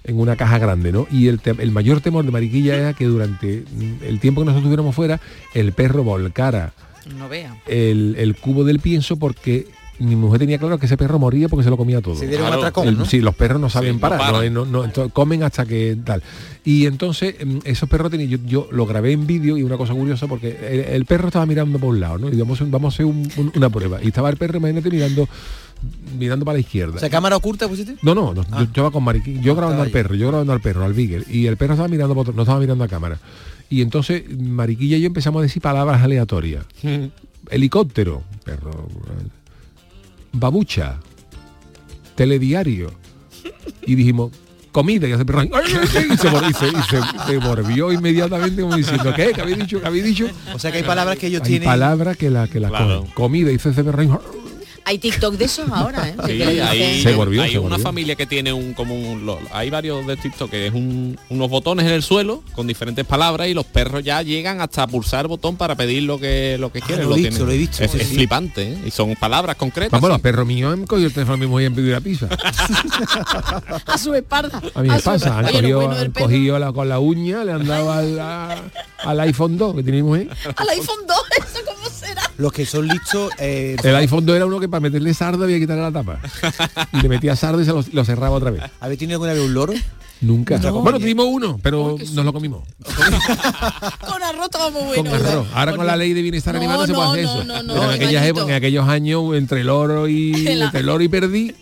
Speaker 8: en una caja grande, ¿no? Y el, te- el mayor temor de Mariquilla era que durante mm, el tiempo que nosotros estuviéramos fuera, el perro volcara
Speaker 12: No vea.
Speaker 8: el, el cubo del pienso porque mi mujer tenía claro que ese perro moría porque se lo comía todo.
Speaker 14: Se dieron Claro. atracón,
Speaker 8: El-
Speaker 14: ¿no?
Speaker 8: Sí, los perros no saben
Speaker 14: no
Speaker 8: parar, no,
Speaker 14: paran.
Speaker 8: no- no, entonces comen hasta que tal. Y entonces em, esos perros tenían, yo, yo lo grabé en vídeo y una cosa curiosa porque el, el perro estaba mirando por un lado, ¿no? Y vamos, vamos a hacer un- un- una prueba. Y estaba el perro, imagínate, mirando mirando para la izquierda.
Speaker 14: O sea, cámara oculta pues, este. pusiste.
Speaker 8: No, no, no, yo estaba con Mariquín, yo grabando al perro, yo grabando al perro, al Beagle, y el perro estaba mirando, para otro- no estaba mirando a cámara. Y entonces Mariquilla y yo empezamos a decir palabras aleatorias. Helicóptero, perro. eh, Babucha, telediario. Y dijimos, comida, y hace perro. "Ay, ay, ay", Y se, mor- y se- y se- se mordió inmediatamente como diciendo, ¿qué? ¿Qué habéis dicho? ¿Qué habéis dicho?
Speaker 14: O sea que hay palabras que ellos
Speaker 8: Hay
Speaker 14: tienen.
Speaker 8: palabras que la que la
Speaker 13: Claro.
Speaker 8: comen. Comida, y se hace perro. "Ay,
Speaker 12: Hay TikTok de esos ahora, ¿eh?
Speaker 13: Sí,
Speaker 12: Que le
Speaker 13: hay,
Speaker 12: dicen-
Speaker 8: Se volvió,
Speaker 13: hay
Speaker 8: se
Speaker 13: una
Speaker 8: volvió.
Speaker 13: familia que tiene un como un lo- hay varios de TikTok que es un- unos botones en el suelo con diferentes palabras y los perros ya llegan hasta pulsar botón para pedir lo que lo que quieren
Speaker 14: lo he visto, lo he visto.
Speaker 13: es,
Speaker 14: Sí,
Speaker 13: es
Speaker 14: sí.
Speaker 13: flipante ¿eh? y son palabras concretas
Speaker 8: Vamos,
Speaker 13: sí.
Speaker 8: los perros míos han cogido el teléfono mismo y han pedido la pizza.
Speaker 12: A su espalda.
Speaker 8: A mí me
Speaker 12: su espalda.
Speaker 8: pasa, han
Speaker 12: Ah, Oye, lo
Speaker 8: cogido,
Speaker 12: bueno
Speaker 8: han
Speaker 12: del perro-
Speaker 8: cogido la, con la uña, le han dado al, a- al iPhone 2 que tenemos ¿eh? ahí.
Speaker 12: Al iPhone 2, ¿eso cómo será?
Speaker 14: Los que son listos, eh,
Speaker 8: El iPhone 2 era uno que para meterle sardo había que quitarle la tapa. Y le metía sardo y se lo, lo cerraba otra vez.
Speaker 14: ¿habéis tenido alguna vez un loro?
Speaker 8: Nunca.
Speaker 14: No.
Speaker 8: Bueno, tuvimos uno, pero nos lo comimos.
Speaker 12: Con arroz estaba muy bueno.
Speaker 8: Con arroz. Ahora con la ley de bienestar
Speaker 12: No,
Speaker 8: animal no se
Speaker 12: no,
Speaker 8: puede hacer
Speaker 12: no,
Speaker 8: eso.
Speaker 12: no, no,
Speaker 8: pero en, aquellas
Speaker 12: hermanito.
Speaker 8: épocas, en aquellos años, entre el oro y
Speaker 12: La-
Speaker 8: entre el oro y perdí.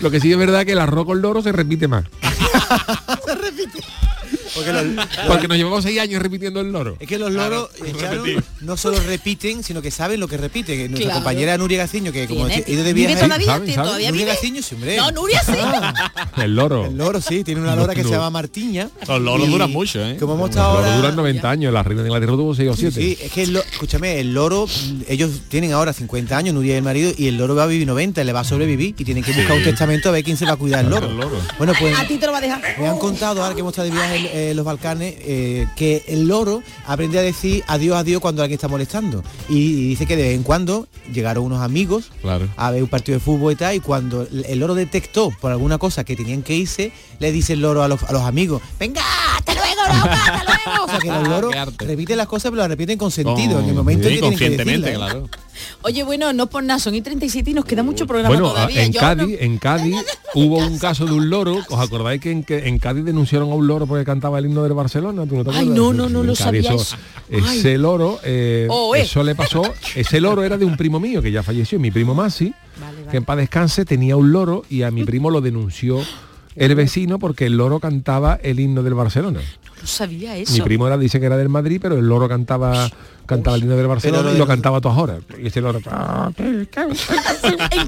Speaker 8: Lo que sí es verdad que el arroz con loro se repite más.
Speaker 14: Porque los-
Speaker 8: Porque nos llevamos seis años repitiendo el loro.
Speaker 14: Es que los loros eh, Charo, no solo repiten, sino que saben lo que repiten. Que Nuestra
Speaker 12: Claro.
Speaker 14: compañera Nuria Gaciño, que como
Speaker 12: Tiene-
Speaker 14: he ido de
Speaker 12: ¿Vive
Speaker 14: viaje...
Speaker 12: todavía? ¿Saben, saben? ¿Todavía
Speaker 14: Nuria
Speaker 12: vive?
Speaker 14: Gaciño, sí, hombre.
Speaker 12: No, Nuria sí.
Speaker 8: Ah. El loro.
Speaker 14: El loro, sí, tiene una lora que
Speaker 8: No.
Speaker 14: se llama Martiña.
Speaker 13: los loros
Speaker 14: Y
Speaker 13: duran mucho ¿eh?
Speaker 14: Como hemos
Speaker 8: Los
Speaker 14: estado
Speaker 8: loros
Speaker 14: ahora...
Speaker 8: duran 90 años, la reina de Inglaterra tuvo 6 o 7.
Speaker 14: Sí, es que el lo- escúchame, el loro, mm, ellos tienen ahora 50 años, Nuria y el marido, y el loro va a vivir 90, le va a sobrevivir y tienen que buscar un testamento a ver quién se va a cuidar el loro. Bueno, pues
Speaker 12: A ti te lo va a dejar.
Speaker 14: me han contado, ahora que hemos estado de viaje en eh, los Balcanes, eh, que el loro aprende a decir adiós, adiós cuando alguien está molestando. Y, y dice que de vez en cuando llegaron unos amigos
Speaker 13: claro
Speaker 14: a ver un partido de fútbol y tal, y cuando el el loro detectó por alguna cosa que tenían que irse, le dice el loro a los, a los amigos, venga, hasta luego, loco, hasta luego. O sea que los loros
Speaker 13: Qué arte.
Speaker 14: repiten las cosas, pero las repiten con sentido, en el
Speaker 13: Con-
Speaker 14: momento en
Speaker 13: sí,
Speaker 14: que tienen que
Speaker 13: conscientemente,
Speaker 14: decirlas, ¿eh?
Speaker 12: Ah. Oye, bueno, no por nada, son y 37 y nos queda mucho programa
Speaker 8: Bueno, ah,
Speaker 12: todavía.
Speaker 8: en
Speaker 12: Yo
Speaker 8: Cádiz,
Speaker 12: no-
Speaker 8: en Cádiz hubo un caso de un loro. ¿Os acordáis que en, que en Cádiz denunciaron a un loro porque cantaba el himno del Barcelona? ¿Tú no te
Speaker 12: Ay,
Speaker 8: acuerdas?
Speaker 12: no, no, no
Speaker 8: En
Speaker 12: lo
Speaker 8: Cádiz
Speaker 12: sabía
Speaker 8: eso-
Speaker 12: eso. Ay.
Speaker 8: Ese loro, eh,
Speaker 12: Oh, eh.
Speaker 8: eso le pasó. Ese loro era de un primo mío que ya falleció, mi primo Masi, que en paz descanse tenía un loro y a mi primo lo denunció el vecino porque el loro cantaba el himno del Barcelona.
Speaker 12: No sabía eso.
Speaker 8: Mi primo era, dice que era del Madrid, pero el loro cantaba cantaba el himno del Barcelona
Speaker 14: Pero lo
Speaker 8: y lo
Speaker 14: de-
Speaker 8: cantaba a todas horas. Y ese loro ah,
Speaker 12: en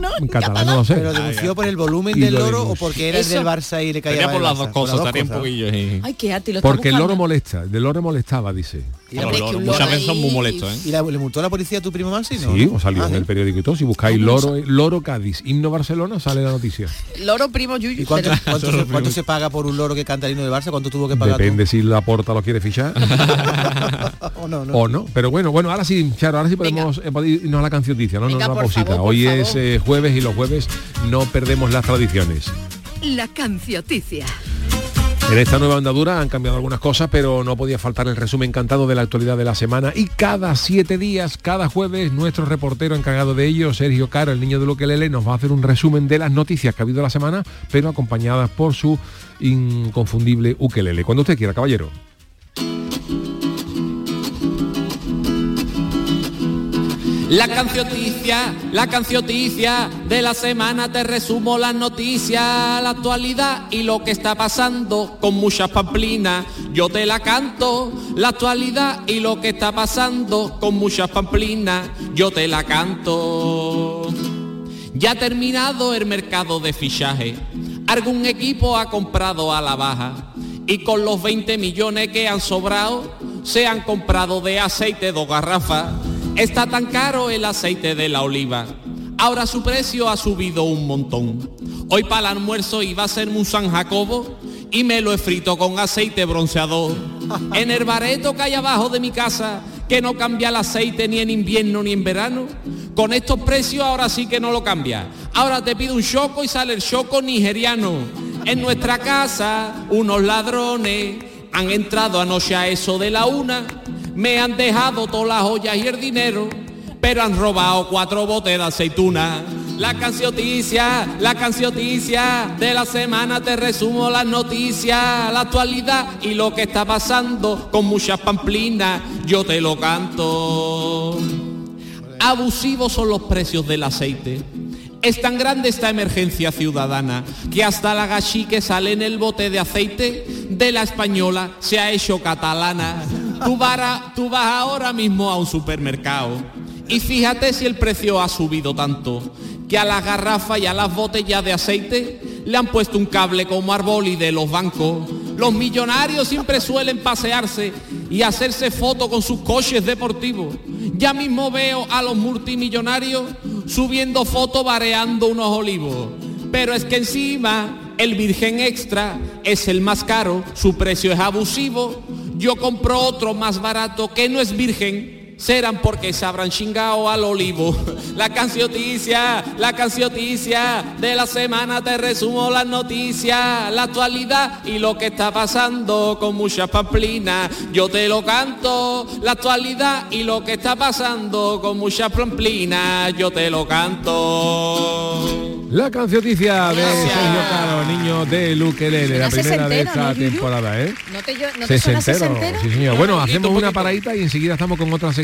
Speaker 12: ¿no?
Speaker 8: en catalán no lo sé.
Speaker 14: Pero denunció por el volumen
Speaker 8: Y
Speaker 14: del
Speaker 8: lo
Speaker 14: loro o
Speaker 8: denunció.
Speaker 14: porque era el
Speaker 12: Eso.
Speaker 14: del Barça y le caía
Speaker 13: tenía
Speaker 14: mal
Speaker 13: por
Speaker 14: el
Speaker 13: las
Speaker 14: Barça,
Speaker 13: dos cosas
Speaker 14: por las
Speaker 13: tenía
Speaker 14: dos
Speaker 13: un
Speaker 14: cosas.
Speaker 13: poquillo sí.
Speaker 12: Ay, qué arte, lo está
Speaker 8: Porque el
Speaker 12: buscando.
Speaker 8: loro molesta, el loro molestaba, dice.
Speaker 14: Y la-
Speaker 13: Los
Speaker 12: Hombre,
Speaker 13: loros
Speaker 12: que un
Speaker 13: muchas
Speaker 12: loro
Speaker 13: veces son muy
Speaker 12: ahí-
Speaker 13: molestos ¿eh?
Speaker 14: ¿Y la- le multó la policía a tu primo Mansi? No,
Speaker 8: Sí,
Speaker 14: ¿no?
Speaker 8: os salió
Speaker 14: Ah,
Speaker 8: en
Speaker 14: ¿sí?
Speaker 8: el
Speaker 12: ¿eh?
Speaker 8: periódico y todo. Si buscáis loro, eh, loro Cádiz, himno Barcelona, sale la noticia.
Speaker 12: Loro primo Yuyu.
Speaker 14: ¿eh? ¿Y cuánto,
Speaker 12: pero-
Speaker 14: cuánto se, cuánto se paga por un loro que canta el himno del Barça? ¿Cuánto tuvo que pagar
Speaker 8: Depende si la porta lo quiere fichar
Speaker 14: tú? ¿O no, no?
Speaker 8: o no. Pero bueno, bueno, ahora sí, Charo, ahora sí podemos eh, podéis irnos a la canción noticia, no, no,
Speaker 12: Venga,
Speaker 8: no,
Speaker 12: por
Speaker 8: pausita.
Speaker 12: favor, por
Speaker 8: Hoy
Speaker 12: favor.
Speaker 8: es eh, jueves y los jueves no perdemos las tradiciones.
Speaker 9: La cancioticia.
Speaker 8: En esta nueva andadura han cambiado algunas cosas, pero no podía faltar el resumen encantado de la actualidad de la semana. Y cada siete días, cada jueves, nuestro reportero encargado de ello, Sergio Caro, el niño de Ukelele, nos va a hacer un resumen de las noticias que ha habido la semana, pero acompañadas por su inconfundible Ukelele. Cuando usted quiera, caballero.
Speaker 13: La cancioticia, la cancioticia de la semana te resumo las noticias, la actualidad y lo que está pasando con muchas pamplinas. Yo te la canto, la actualidad y lo que está pasando con muchas pamplinas. Yo te la canto. Ya ha terminado el mercado de fichaje. Algún equipo ha comprado a la baja. Y con los 20 millones que han sobrado, se han comprado de aceite dos garrafas. Está tan caro el aceite de la oliva. Ahora su precio ha subido un montón. Hoy para el almuerzo iba a ser un San Jacobo y me lo he frito con aceite bronceador. En el bareto que hay abajo de mi casa, que no cambia el aceite ni en invierno ni en verano, con estos precios ahora sí que no lo cambia. Ahora te pido un choco y sale el choco nigeriano. En nuestra casa, unos ladrones han entrado anoche a eso de la una, me han dejado todas las joyas y el dinero, pero han robado cuatro botes de aceituna. La cancioticia, la cancioticia de la semana te resumo las noticias, la actualidad y lo que está pasando con muchas pamplinas, yo te lo canto. Abusivos son los precios del aceite. Es tan grande esta emergencia ciudadana que hasta la gashi que sale en el bote de aceite de la española se ha hecho catalana. Tú, vara- tú vas ahora mismo a un supermercado y fíjate si el precio ha subido tanto que a las garrafas y a las botellas de aceite le han puesto un cable como arboli de los bancos. Los millonarios siempre suelen pasearse y hacerse fotos con sus coches deportivos. Ya mismo veo a los multimillonarios subiendo fotos bareando unos olivos. Pero es que encima el Virgen Extra es el más caro, su precio es abusivo. Yo compro otro más barato que no es virgen, serán porque se habrán chingado al olivo. La cancioticia, la cancioticia de la semana te resumo las noticias, la actualidad y lo que está pasando con muchas pamplinas. Yo te lo canto, la actualidad y lo que está pasando con muchas pamplinas. Yo te lo canto.
Speaker 8: La cancioticia de Sergio Caro, niño de Luquelele, la
Speaker 12: Suena
Speaker 8: primera de
Speaker 12: sesentero,
Speaker 8: esta
Speaker 12: ¿no, Yuyu?
Speaker 8: temporada, ¿eh?
Speaker 12: No te, yo- no te suena
Speaker 8: Sesentero,
Speaker 12: sesentero.
Speaker 8: sí señor. Bueno, hacemos una paradita y enseguida estamos con otra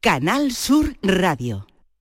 Speaker 17: Canal Sur Radio.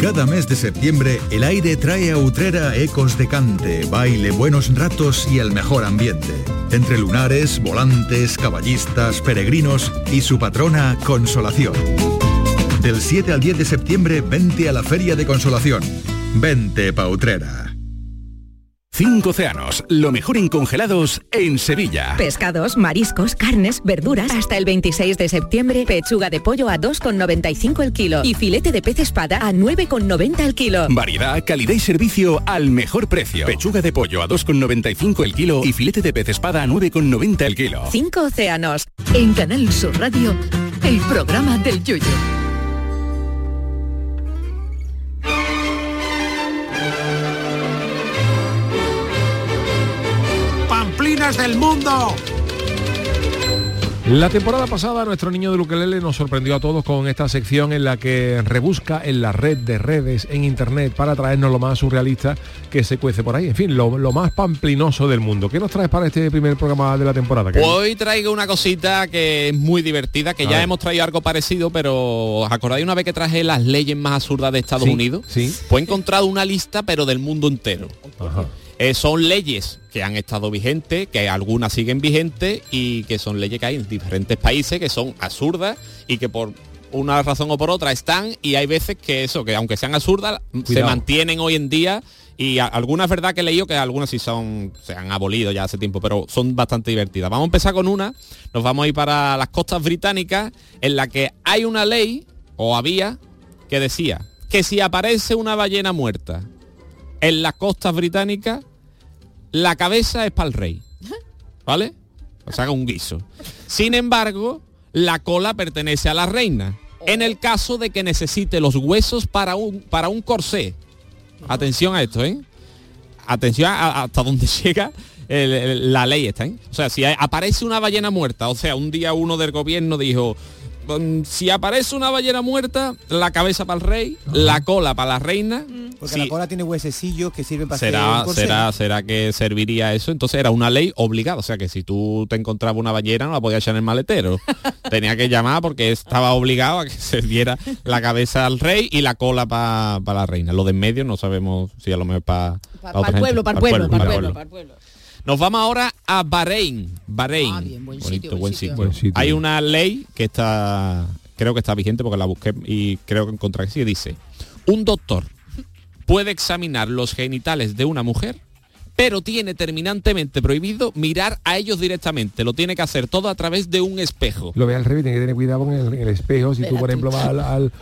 Speaker 18: Cada mes de septiembre, el aire trae a Utrera ecos de cante, baile, buenos ratos y el mejor ambiente. Entre lunares, volantes, caballistas, peregrinos y su patrona, Consolación. Del 7 al 10 de septiembre, vente a la Feria de Consolación. Vente pa' Utrera.
Speaker 16: Cinco océanos, lo mejor en congelados en Sevilla.
Speaker 19: Pescados, mariscos, carnes, verduras. Hasta el 26 de septiembre, pechuga de pollo a 2,95 el kilo y filete de pez espada a 9,90 el kilo.
Speaker 16: Variedad, calidad y servicio al mejor precio. Pechuga de pollo a 2,95 el kilo y filete de pez espada a 9,90 el kilo.
Speaker 19: Cinco océanos.
Speaker 9: En Canal Sur Radio, el programa del Yoyo.
Speaker 20: Pamplinas del mundo.
Speaker 8: La temporada pasada nuestro niño de Luquelele nos sorprendió a todos con esta sección en la que rebusca en la red de redes en internet para traernos lo más surrealista que se cuece por ahí. En fin, lo, lo más pamplinoso del mundo. ¿Qué nos traes para este primer programa de la temporada?
Speaker 13: Pues
Speaker 8: Carlos?
Speaker 13: Hoy traigo una cosita que es muy divertida, que
Speaker 8: A
Speaker 13: ya
Speaker 8: ver.
Speaker 13: hemos traído algo parecido, pero ¿os acordáis una vez que traje las leyes más absurdas de Estados
Speaker 8: Sí,
Speaker 13: Unidos?
Speaker 8: sí.
Speaker 13: Pues he encontrado una lista, pero del mundo entero. Eh, son leyes que han estado vigentes, que algunas siguen vigentes y que son leyes que hay en diferentes países que son absurdas y que por una razón o por otra están y hay veces que eso, que aunque sean absurdas, se
Speaker 8: Cuidado.
Speaker 13: mantienen hoy en día y a- algunas es verdad que he leído que algunas sí son, se han abolido ya hace tiempo, pero son bastante divertidas. Vamos a empezar con una, nos vamos a ir para las costas británicas en la que hay una ley, o había, que decía que si aparece una ballena muerta en las costas británicas, la cabeza es para el rey. ¿Vale? O sea, un guiso. Sin embargo, la cola pertenece a la reina. En el caso de que necesite los huesos para un, para un corsé. Atención a esto, ¿eh? Atención a- a- hasta donde llega el- el- la ley está, ¿eh? O sea, si hay- aparece una ballena muerta, o sea, un día uno del gobierno dijo, "Mm, si aparece una ballena muerta, la cabeza para el rey, la cola para la reina,
Speaker 14: Porque la cola tiene huesecillos que sirven para hacer
Speaker 13: será
Speaker 14: un corsé.
Speaker 13: será será que serviría eso entonces era una ley obligada o sea que si tú te encontrabas una ballena no la podías echar en el maletero tenía que llamar porque estaba obligado a que se diera la cabeza al rey y la cola para la reina lo de en medio no sabemos si a lo mejor para
Speaker 12: Pa- pa'l pueblo, pa'l pueblo, pa'l pueblo, pa'l pueblo.
Speaker 13: nos vamos ahora a Bahrein. Bahrein.
Speaker 12: Ah, buen
Speaker 13: Bonito,
Speaker 12: sitio, buen
Speaker 13: buen
Speaker 12: sitio.
Speaker 13: sitio.
Speaker 12: Buen sitio.
Speaker 13: Hay una ley que está, creo que está vigente porque la busqué y creo que encontré que sí, dice, un doctor puede examinar los genitales de una mujer, pero tiene terminantemente prohibido mirar a ellos directamente. Lo tiene que hacer todo a través de un espejo.
Speaker 8: Lo ve al revés, tiene que tener cuidado con el, el espejo. Si tú, por ejemplo, vas al, al,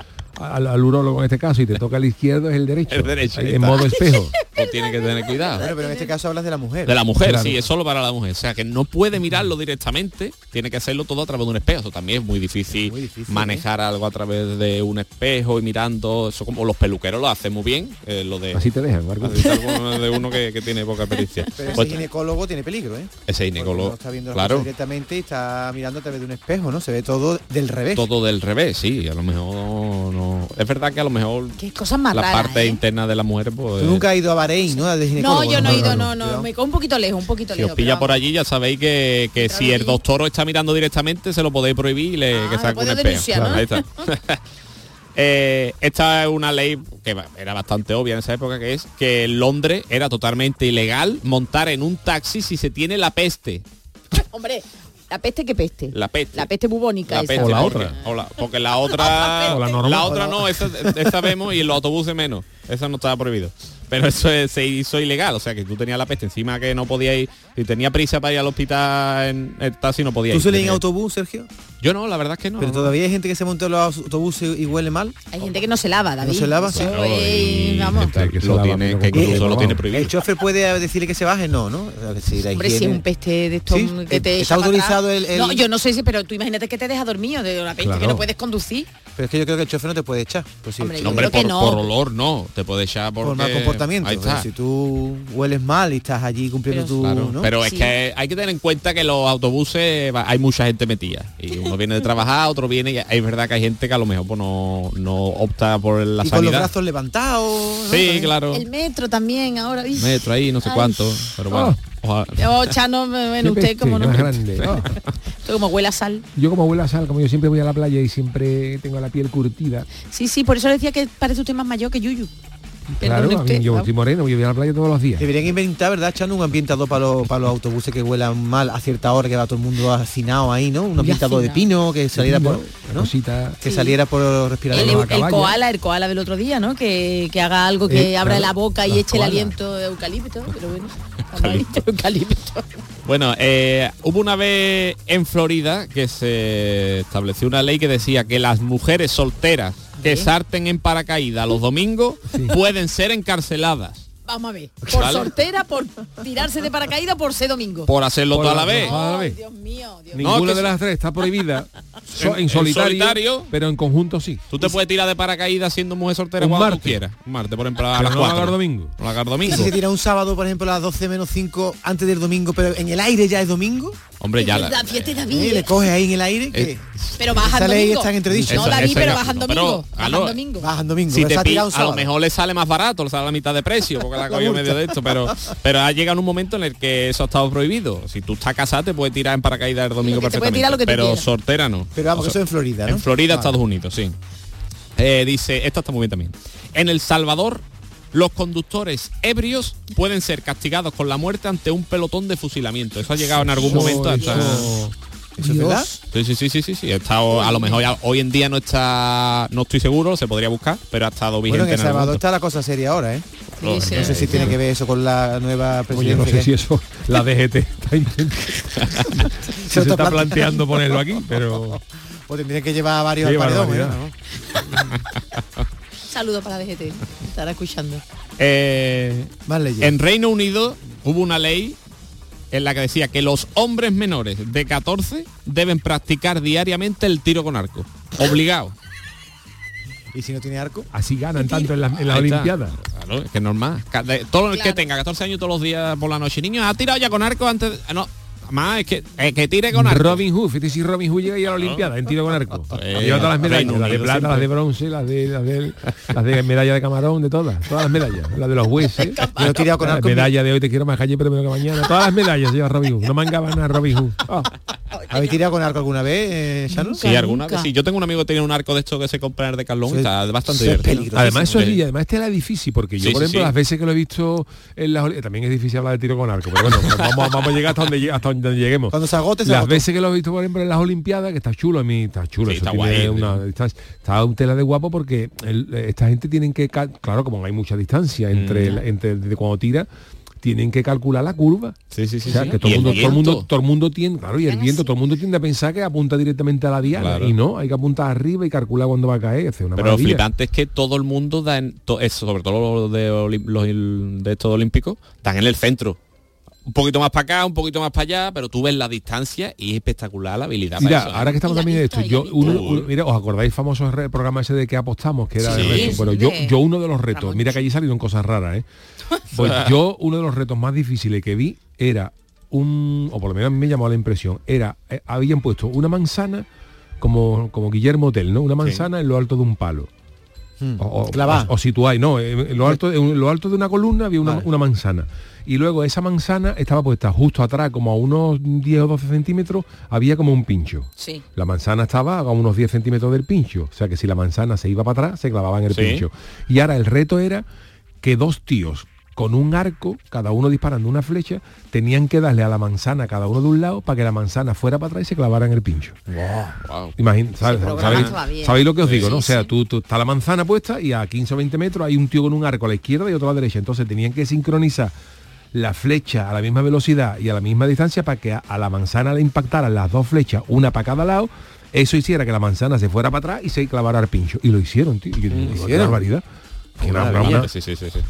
Speaker 8: al- al urólogo en este caso y te toca el izquierdo, es el derecho.
Speaker 13: El derecho.
Speaker 8: En modo espejo.
Speaker 13: Pues tiene que tener cuidado.
Speaker 14: Claro, pero en este caso hablas de la mujer.
Speaker 13: De la mujer,
Speaker 14: Claro.
Speaker 13: sí, es solo para la mujer. O sea, que no puede mirarlo directamente, tiene que hacerlo todo a través de un espejo. Eso también es muy difícil, manejar algo a través de un espejo y mirando. Eso como los peluqueros lo hacen muy bien, eh, lo de...
Speaker 8: Así te dejan, Marco.
Speaker 13: así tal como de uno que, que tiene poca experiencia.
Speaker 14: Pero ese
Speaker 13: Pues,
Speaker 14: ginecólogo tiene peligro, ¿eh?
Speaker 13: ese
Speaker 14: No
Speaker 13: ginecólogo,
Speaker 14: está viendo las
Speaker 13: claro,
Speaker 14: cosas directamente y está mirando a través de un espejo, ¿no? Se ve todo del revés.
Speaker 13: todo del revés, sí, a lo mejor no... no- Es verdad que a lo mejor
Speaker 12: Qué cosas más
Speaker 13: la
Speaker 12: raras,
Speaker 13: parte
Speaker 12: ¿eh?
Speaker 13: interna de la mujer, pues...
Speaker 14: Tú nunca has ido a Bahrein, ¿no? De
Speaker 12: No,
Speaker 14: ginecólogo,
Speaker 12: yo no he ido, no,
Speaker 14: Cuidado.
Speaker 12: no, me quedo un poquito lejos, un poquito
Speaker 13: Si os
Speaker 12: lejos.
Speaker 13: pilla por allí ya sabéis que, que si el doctor os está mirando directamente se lo podéis prohibir y le, que saque un
Speaker 12: puedo
Speaker 13: espejo.
Speaker 12: Ah, denunciar, ¿no?
Speaker 13: Ahí está. Eh, esta es una ley que va- era bastante obvia en esa época, que es que en Londres era totalmente ilegal montar en un taxi si se tiene la peste.
Speaker 12: Hombre, la peste que peste.
Speaker 13: La peste.
Speaker 12: La peste bubónica
Speaker 13: La
Speaker 12: esa.
Speaker 13: peste, porque, o la- porque la otra
Speaker 8: O la
Speaker 13: la,
Speaker 8: normal.
Speaker 13: otra no, esa, esa vemos y en los autobuses menos. Esa no estaba prohibido. Pero eso es- se hizo ilegal, o sea que tú tenías la peste encima que no podías ir, si tenía prisa para ir al hospital en el taxi no podías
Speaker 14: ¿Tú
Speaker 13: ir.
Speaker 14: sueles ir en
Speaker 13: Tenías-
Speaker 14: autobús, Sergio?
Speaker 13: Yo no, la verdad es que no.
Speaker 14: Pero todavía hay gente que se monta en los autobuses y huele mal.
Speaker 12: Hay gente que no se lava, David. eh,
Speaker 14: ¿No se lava?
Speaker 12: Eso es, vamos.
Speaker 13: que se lo lava, tiene- pero que con incluso cuidado. lo tiene prohibido.
Speaker 14: El chofer puede decirle que se baje, no, ¿no? A ver si la
Speaker 12: Hombre, si es
Speaker 14: higiene-
Speaker 12: un peste de estos
Speaker 14: Sí, eh,
Speaker 12: que te
Speaker 14: está
Speaker 12: echa para
Speaker 14: autorizado
Speaker 12: atrás.
Speaker 14: el- el-
Speaker 12: No, yo no sé si, pero tú imagínate que te deja dormido de una peste que
Speaker 14: Claro.
Speaker 12: no puedes conducir.
Speaker 14: Pero es que yo creo que el chofer no te puede echar. Pues sí,
Speaker 12: Hombre,
Speaker 14: sí.
Speaker 12: yo creo que
Speaker 13: por,
Speaker 12: no.
Speaker 13: por olor no, te puedes echar
Speaker 14: Por
Speaker 13: porque...
Speaker 14: mal comportamiento. pues
Speaker 13: Ahí está.
Speaker 14: Si tú hueles mal y estás allí cumpliendo tu...
Speaker 13: Claro,
Speaker 14: ¿no?
Speaker 13: Pero es que hay que tener en cuenta que los autobuses va- hay mucha gente metida. Y uno viene de trabajar, otro viene y es verdad que hay gente que a lo mejor pues, no, no opta por la
Speaker 14: y con los
Speaker 13: sanidad.
Speaker 14: brazos levantados. ¿no?
Speaker 13: Sí, claro.
Speaker 12: El metro también ahora. ¡ih!
Speaker 13: Metro ahí, no sé
Speaker 12: Ay.
Speaker 13: cuánto. Pero bueno. ojalá.
Speaker 12: Oh, Chano, bueno,
Speaker 8: Qué
Speaker 12: usted como
Speaker 8: peste
Speaker 12: no.
Speaker 8: más grande, ¿no?
Speaker 12: Usted como huela sal.
Speaker 8: Yo como abuela sal, como yo siempre voy a la playa y siempre tengo la piel curtida.
Speaker 12: Sí, sí, por eso le decía que parece usted más mayor que Yuyu.
Speaker 8: Claro,
Speaker 12: Perdone
Speaker 8: a mí-
Speaker 12: usted,
Speaker 8: yo
Speaker 12: vamos.
Speaker 8: estoy moreno, yo voy a la playa todos los días.
Speaker 14: Deberían inventar, ¿verdad, Chano? Un ambientador para los, para los autobuses que huelan mal a cierta hora, que va todo el mundo hacinado ahí, ¿no? Un ambientador de pino que saliera por...
Speaker 13: pues
Speaker 14: ¿no? Que
Speaker 12: Sí.
Speaker 14: saliera por respirar
Speaker 12: El, el koala, el koala del otro día, ¿no? Que, que haga algo que
Speaker 14: Eh,
Speaker 12: abra
Speaker 14: claro,
Speaker 12: la boca y
Speaker 14: las
Speaker 12: eche
Speaker 14: koalas.
Speaker 12: el aliento de eucalipto, pero bueno.
Speaker 13: Bueno, eh, hubo una vez en Florida que se estableció una ley que decía que las mujeres solteras que sarten en paracaídas los domingos pueden ser encarceladas
Speaker 12: Vamos a ver. Por
Speaker 13: Vale.
Speaker 12: sortera, por tirarse de paracaídas, por ser domingo.
Speaker 13: por hacerlo
Speaker 8: Por
Speaker 13: toda
Speaker 8: la-
Speaker 13: la vez.
Speaker 8: toda la vez.
Speaker 12: Dios mío, Dios mío.
Speaker 8: Ninguna
Speaker 13: No, que
Speaker 8: de
Speaker 13: sí.
Speaker 8: las tres está prohibida. So- en,
Speaker 13: en
Speaker 8: solitario,
Speaker 13: solitario.
Speaker 8: pero en conjunto sí.
Speaker 13: Tú te puedes tirar de paracaídas siendo mujer soltera
Speaker 8: Un
Speaker 13: cuando
Speaker 8: martes.
Speaker 13: tú quieras. Un martes, por ejemplo, a
Speaker 8: Pero
Speaker 13: las
Speaker 8: no lo hagas
Speaker 13: 4.
Speaker 8: domingo.
Speaker 13: No lo hagas
Speaker 14: ¿Y
Speaker 13: domingo.
Speaker 14: si se tira un sábado, por ejemplo, a las 12 menos 5 antes del domingo, pero en el aire ya es domingo?
Speaker 13: Hombre, ya la-
Speaker 12: fiesta de
Speaker 14: Eh,
Speaker 12: David.
Speaker 14: le coge ahí en el aire que
Speaker 13: eh,
Speaker 12: Pero baja
Speaker 14: esa
Speaker 12: el
Speaker 14: ley
Speaker 12: domingo.
Speaker 14: está en entredicho.
Speaker 12: No,
Speaker 13: Eso,
Speaker 12: David,
Speaker 13: eso
Speaker 12: pero
Speaker 13: ya.
Speaker 12: baja el
Speaker 13: No,
Speaker 12: domingo.
Speaker 13: pero,
Speaker 12: Baja
Speaker 13: aló.
Speaker 12: el domingo.
Speaker 14: bajan domingo.
Speaker 13: Si
Speaker 14: pero
Speaker 13: te
Speaker 14: se ha
Speaker 13: pi-
Speaker 14: tirado un
Speaker 13: a lo
Speaker 14: sábado.
Speaker 13: mejor le sale más barato, le sale a la mitad de precio, porque la
Speaker 14: La
Speaker 13: cogió
Speaker 14: multa.
Speaker 13: medio de esto, pero, pero ha llegado en un momento en el que eso ha estado prohibido. Si tú estás casado, te puede tirar en paracaídas el domingo
Speaker 14: que te puede
Speaker 13: perfectamente.
Speaker 14: tirar lo que tú
Speaker 13: pero
Speaker 14: quieras.
Speaker 13: sortera no.
Speaker 14: Pero vamos,
Speaker 13: O
Speaker 14: que eso
Speaker 13: sea,
Speaker 14: en Florida, ¿no?
Speaker 13: En Florida,
Speaker 14: Vale.
Speaker 13: Estados Unidos, sí. Eh, dice, esta está muy bien también. En El Salvador, los conductores ebrios pueden ser castigados con la muerte ante un pelotón de fusilamiento. Eso ha llegado en algún
Speaker 14: Eso-
Speaker 13: momento hasta...
Speaker 14: eso- ¿Eso es verdad?
Speaker 13: Sí, sí, sí, sí, sí, sí. He estado, a lo mejor ya hoy en día no está, no estoy seguro, se podría buscar, pero ha estado vigente
Speaker 14: Bueno, en El
Speaker 13: algún
Speaker 14: Salvador
Speaker 13: momento.
Speaker 14: está la cosa seria ahora, ¿eh?
Speaker 13: Sí, sí.
Speaker 14: No sé si tiene que ver eso con la nueva
Speaker 8: Oye,
Speaker 14: presidencia.
Speaker 8: no sé
Speaker 14: que-
Speaker 8: si eso la DGT está intentando- si se está planteando ponerlo aquí, pero
Speaker 14: O tendría que llevar a varios
Speaker 8: Qué
Speaker 14: al paredón,
Speaker 8: barbaridad.
Speaker 14: ¿eh?
Speaker 12: Saludo para DGT. Estará escuchando.
Speaker 13: Eh, en Reino Unido hubo una ley en la que decía que los hombres menores de 14 deben practicar diariamente el tiro con arco. Obligado.
Speaker 14: ¿Y si no tiene arco?
Speaker 8: así ganan tanto en la, en la
Speaker 13: Ahí está.
Speaker 8: Olimpiada.
Speaker 13: Claro, es que es normal. Ca- de- Todo el que tenga 14 años todos los días por la noche. Niño, ha tirado ya con arco antes. de- No, más es que, es que tire con arco.
Speaker 8: Robin Hood, fíjate si Robin Hood llega ya a la Olimpiada, en tiro con arco.
Speaker 13: Eh,
Speaker 8: Lleva todas las medallas,
Speaker 13: Reino
Speaker 8: las de
Speaker 13: Unido
Speaker 8: plata, las de
Speaker 13: siempre.
Speaker 8: bronce, las de, las de, las de medalla de camarón, de todas, todas las medallas, las de los jueces.
Speaker 14: Yo he tirado con
Speaker 8: La
Speaker 14: arco.
Speaker 8: medalla de hoy te quiero más calle pero menos que mañana. Todas las medallas lleva Robin Hood. No mangaba nada Robin Hood. Ah,
Speaker 14: ¿Habéis tirado con arco alguna vez, eh, Shannon?
Speaker 13: Sí, alguna vez sí. Yo tengo un amigo que tiene un arco de esto que se compra en el de Carlón y está bastante divertido.
Speaker 8: Además eso es, y además este era difícil porque yo
Speaker 13: Sí,
Speaker 8: por
Speaker 13: sí,
Speaker 8: ejemplo
Speaker 13: sí.
Speaker 8: las veces que lo he visto en las oli- también es difícil hablar de tiro con arco, pero bueno, pues vamos, vamos a llegar hasta donde llegue- hasta donde lleguemos.
Speaker 14: Cuando se agote, se
Speaker 8: las
Speaker 14: agotó.
Speaker 8: veces que lo he visto por ejemplo en las olimpiadas que está chulo a mí está chulo
Speaker 13: Sí,
Speaker 8: eso
Speaker 13: está
Speaker 8: tiene
Speaker 13: guay,
Speaker 8: una- está, está un tela de guapo porque el- esta gente tienen que cal- claro como hay mucha distancia
Speaker 13: Mm.
Speaker 8: entre el- entre de cuando tira tienen que calcular la curva
Speaker 13: sí, sí, sí,
Speaker 8: o sea
Speaker 13: sí.
Speaker 8: que todo
Speaker 13: Y
Speaker 8: el mundo todo
Speaker 13: el
Speaker 8: el mundo
Speaker 13: viento.
Speaker 8: todo el mundo tiende claro y el viento todo el mundo tiende a pensar que apunta directamente a la diana
Speaker 13: Claro.
Speaker 8: y no hay que apuntar arriba y calcular cuándo va a caer hace una
Speaker 13: Pero lo
Speaker 8: maravilla.
Speaker 13: flipante es que todo el mundo da en, to- es- sobre todo los de, olim- los il- de estos olímpicos, están en el centro. Un poquito más para acá, un poquito más para allá, pero tú ves la distancia y es espectacular la habilidad. para
Speaker 8: Mira,
Speaker 13: eso, ¿eh?
Speaker 8: ahora que estamos también de esto, yo uno- uno- mira, ¿os acordáis famosos re- programa ese de que apostamos? Que era
Speaker 13: Sí,
Speaker 8: el reto?
Speaker 13: sí,
Speaker 8: Bueno,
Speaker 13: de
Speaker 8: yo, yo uno de los retos, mira que allí salieron cosas raras, ¿eh? Pues yo uno de los retos más difíciles que vi era un, o por lo menos a mí me llamó la impresión, era, eh, habían puesto una manzana como, como Guillermo Tell, ¿no? Una manzana en lo alto de un palo.
Speaker 14: Mm.
Speaker 8: O, o-
Speaker 14: Clavá.
Speaker 8: o- o situáis, no, eh, en lo alto, en lo alto de una columna había una, una manzana. Y luego esa manzana estaba puesta justo atrás, como a unos 10 o 12 centímetros, había como un pincho.
Speaker 12: Sí.
Speaker 8: La manzana estaba a unos 10 centímetros del pincho. O sea que si la manzana se iba para atrás, se clavaba en el
Speaker 13: Sí.
Speaker 8: pincho. Y ahora el reto era que dos tíos con un arco, cada uno disparando una flecha, tenían que darle a la manzana cada uno de un lado para que la manzana fuera para atrás y se clavara en el pincho.
Speaker 13: Wow.
Speaker 8: Imagina- ¿sabes,
Speaker 13: programa estaba
Speaker 8: sabéis,
Speaker 13: bien.
Speaker 8: sabéis lo que os digo,
Speaker 13: Sí,
Speaker 8: no? O sea,
Speaker 13: sí.
Speaker 8: tú, tú- está la manzana puesta y a 15 o 20 metros hay un tío con un arco a la izquierda y otro a la derecha. Entonces tenían que sincronizar la flecha a la misma velocidad y a la misma distancia para que a, a la manzana le impactaran las dos flechas, una para cada lado. Eso hiciera que la manzana se fuera para atrás y se clavara al pincho. Y lo hicieron, tío. Y yo digo, qué
Speaker 14: hicieron.
Speaker 8: barbaridad.
Speaker 14: Qué
Speaker 8: Una- una-
Speaker 14: maravilla.
Speaker 8: una-
Speaker 13: Sí, sí, sí, sí.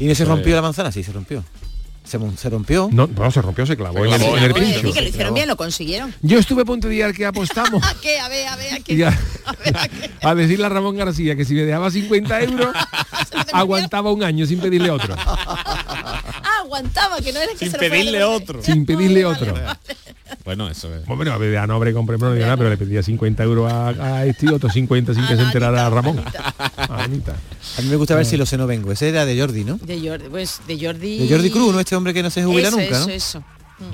Speaker 14: ¿Y no se
Speaker 8: Eh.
Speaker 14: rompió la manzana? Sí, se rompió. Se, mon- se rompió.
Speaker 8: No, no, se rompió, se clavó
Speaker 14: en el- en el pincho.
Speaker 12: Sí, que lo hicieron bien, lo consiguieron.
Speaker 8: Yo estuve a punto de ir al que apostamos.
Speaker 12: ¿A qué? A ver, a ver, a qué.
Speaker 8: Y a, a decirle a Ramón García que si me dejaba 50 euros, aguantaba un año sin pedirle otro.
Speaker 12: Ah, aguantaba, que no era que
Speaker 13: Sin
Speaker 12: se lo fuera a
Speaker 13: pedirle
Speaker 12: devolver.
Speaker 13: otro.
Speaker 8: Sin pedirle otro.
Speaker 13: Bueno, eso es.
Speaker 8: Bueno, a ver, a Nobre compré, no digo nada, pero le pedía 50 euros a, a este y otros 50 sin que se enterara Ramón. A Anita.
Speaker 14: A mí me gusta ver
Speaker 8: Eh.
Speaker 14: si lo sé no vengo. Ese era de Jordi, ¿no?
Speaker 12: De Jordi, pues de Jordi.
Speaker 14: De Jordi Cruz, ¿no? Este hombre que no se jubila
Speaker 12: Eso,
Speaker 14: nunca,
Speaker 12: eso,
Speaker 14: ¿no?
Speaker 12: eso.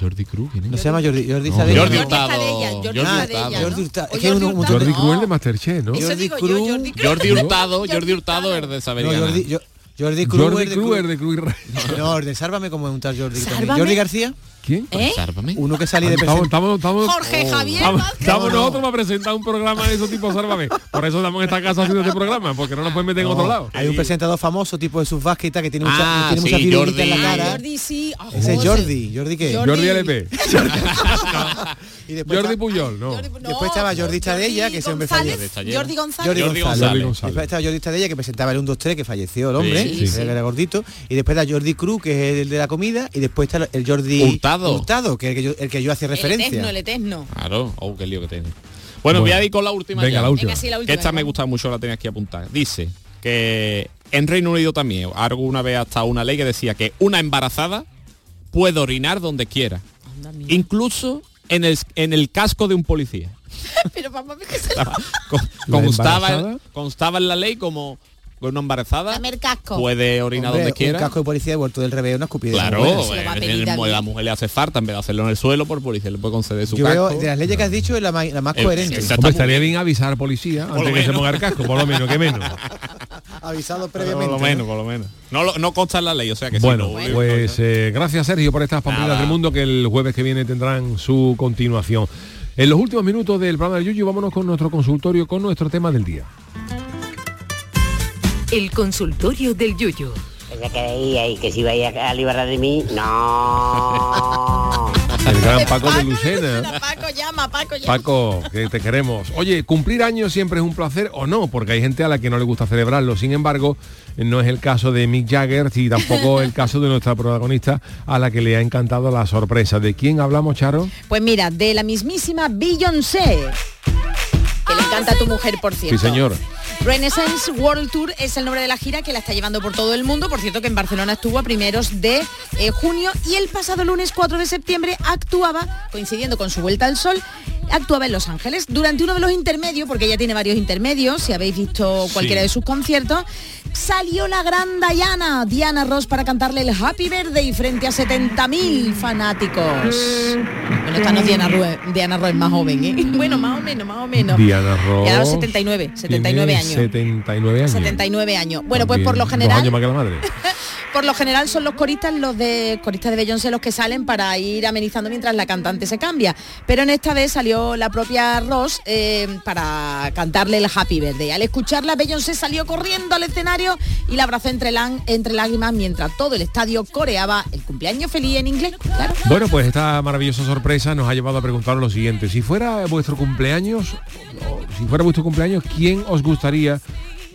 Speaker 13: Jordi Cruz, ¿quién es?
Speaker 14: No se llama Jordi, Jordi
Speaker 8: No,
Speaker 14: Sadella.
Speaker 8: Jordi
Speaker 12: Jordi Estadella, Jordi
Speaker 14: Ah,
Speaker 12: Estadella, ¿no?
Speaker 14: Jordi Hurtado.
Speaker 12: O
Speaker 14: Es que hay
Speaker 12: Jordi
Speaker 14: uno-
Speaker 8: Jordi Cruz es de Masterchef, ¿no?
Speaker 12: Eso
Speaker 14: Jordi
Speaker 12: digo yo, Jordi Cruz.
Speaker 13: Jordi Hurtado, Jordi Hurtado es de
Speaker 14: No,
Speaker 13: Saberiana.
Speaker 14: Jordi, yo- Jordi Cruz.
Speaker 8: Jordi
Speaker 14: es de
Speaker 8: Cruz
Speaker 14: Cruz.
Speaker 8: es de Cruz.
Speaker 14: No, el de Sálvame como es un tal Jordi. también.
Speaker 8: ¿Sálvame?
Speaker 14: Jordi García.
Speaker 8: ¿Quién?
Speaker 12: ¿Eh?
Speaker 14: Uno que
Speaker 13: Ah,
Speaker 14: salía de
Speaker 8: Estamos-
Speaker 14: presentador.
Speaker 8: estamos- estamos-
Speaker 12: Jorge Javier
Speaker 8: Estamos,
Speaker 12: Vázquez.
Speaker 8: estamos
Speaker 12: No, no.
Speaker 8: nosotros para presentar un programa de esos tipo Sálvame. Por eso estamos en esta casa haciendo este programa, porque no nos pueden meter en otro lado.
Speaker 14: Hay un presentador famoso tipo de sus vasquetas que tiene mucha,
Speaker 8: Ah,
Speaker 14: tiene mucha
Speaker 8: sí,
Speaker 14: virulita
Speaker 8: Jordi.
Speaker 14: en la
Speaker 12: Ah,
Speaker 14: cara.
Speaker 12: Jordi sí. Ah,
Speaker 14: Ese es
Speaker 12: José.
Speaker 14: Jordi. ¿Jordi qué?
Speaker 8: Jordi LP.
Speaker 14: Y después
Speaker 8: Jordi
Speaker 14: está-
Speaker 8: Puyol, no.
Speaker 14: Después estaba Jordi Estadella, que ese hombre
Speaker 12: González,
Speaker 14: falleció.
Speaker 12: Jordi González.
Speaker 14: Jordi
Speaker 13: Jordi
Speaker 14: González.
Speaker 13: González.
Speaker 14: Después estaba Jordi Estadella, que presentaba el 1, 2, 3, que falleció el hombre,
Speaker 13: Sí, sí.
Speaker 14: que era gordito. Y después está Jordi Cruz, que es el de la comida. Y después está el Jordi
Speaker 13: Hurtado.
Speaker 14: que es el que yo, el que yo hacía referencia.
Speaker 12: El eterno, el eterno.
Speaker 13: Claro, oh, qué lío que tiene. Bueno, voy a ir con la última.
Speaker 8: venga,
Speaker 13: ya.
Speaker 8: la última.
Speaker 12: Venga, sí, la última,
Speaker 13: Que esta
Speaker 12: venga.
Speaker 13: me gusta mucho, la tenías que apuntar. Dice que en Reino Unido también, alguna vez hasta una ley que decía que una embarazada puede orinar donde quiera. Incluso en el, en el casco de un policía.
Speaker 12: Pero papá, ¿qué
Speaker 13: Estaba- con- constaba, constaba en la ley como una embarazada
Speaker 12: Dame el casco.
Speaker 13: puede orinar
Speaker 14: Hombre,
Speaker 13: donde quiera.
Speaker 14: Un casco de policía devuelto del revés, una escupidez.
Speaker 13: Claro,
Speaker 14: Bueno,
Speaker 13: eh, el- la mujer le hace falta, en vez de hacerlo en el suelo, por policía le puede conceder su
Speaker 14: Yo
Speaker 13: casco. Eh,
Speaker 14: veo, de las leyes que has dicho, es la, ma- la más
Speaker 13: El-
Speaker 14: coherente.
Speaker 13: está-
Speaker 8: Hombre, estaría bien avisar al policía antes que se ponga el casco, por lo menos, que menos.
Speaker 14: Avisado
Speaker 13: Por
Speaker 14: previamente.
Speaker 13: lo menos, por lo menos. No, lo- no consta en la ley, o sea que sí,
Speaker 8: Bueno,
Speaker 13: lo-
Speaker 8: pues eh, gracias Sergio por estas pamplinas
Speaker 13: Nada.
Speaker 8: del mundo que el jueves que viene tendrán su continuación. En los últimos minutos del programa de Yuyu, vámonos con nuestro consultorio, con nuestro tema del día.
Speaker 9: El consultorio del Yuyu.
Speaker 20: Esa que veía y que si vais a, a librar de mí, no.
Speaker 8: El gran Paco de Lucena.
Speaker 12: Paco llama, Paco llama.
Speaker 8: Paco, que te queremos. Oye, cumplir años siempre es un placer o no, porque hay gente a la que no le gusta celebrarlo. Sin embargo, no es el caso de Mick Jagger y tampoco el caso de nuestra protagonista a la que le ha encantado la sorpresa. ¿De quién hablamos, Charo?
Speaker 12: Pues mira, de la mismísima Beyoncé. Que le encanta a tu mujer, por cierto.
Speaker 8: Sí, señor.
Speaker 12: Renaissance World Tour es el nombre de la gira que la está llevando por todo el mundo. Por cierto, que en Barcelona estuvo a primeros de eh, junio y el pasado lunes 4 de septiembre actuaba, coincidiendo con su vuelta al sol, actuaba en Los Ángeles durante uno de los intermedios, porque ella tiene varios intermedios, si habéis visto
Speaker 21: Sí.
Speaker 12: cualquiera de sus conciertos, salió la gran Diana, Diana Ross, para cantarle el Happy Birthday frente a 70.000 fanáticos. Bueno, esta no es Diana, Rue- Diana Ross, más joven, ¿eh? Bueno, más o menos, más o menos.
Speaker 8: Diana Ross.
Speaker 12: Ya 79, 79
Speaker 8: Tiene
Speaker 12: años.
Speaker 8: 79 años.
Speaker 12: 79 años. Bueno, pues por lo
Speaker 8: También Dos años
Speaker 12: general,
Speaker 8: más que la madre.
Speaker 12: por lo general son los coristas los de coristas de Beyoncé los que salen para ir amenizando mientras la cantante se cambia. Pero en esta vez salió la propia Ross eh, para cantarle el Happy Birthday. Al escucharla, Beyoncé salió corriendo al escenario y la abrazó entre, lan- entre lágrimas mientras todo el estadio coreaba el cumpleaños feliz en inglés. Claro.
Speaker 8: Bueno, pues esta maravillosa sorpresa nos ha llevado a preguntar lo siguiente. Si fuera vuestro cumpleaños, o si fuera vuestro cumpleaños, ¿quién os gustaría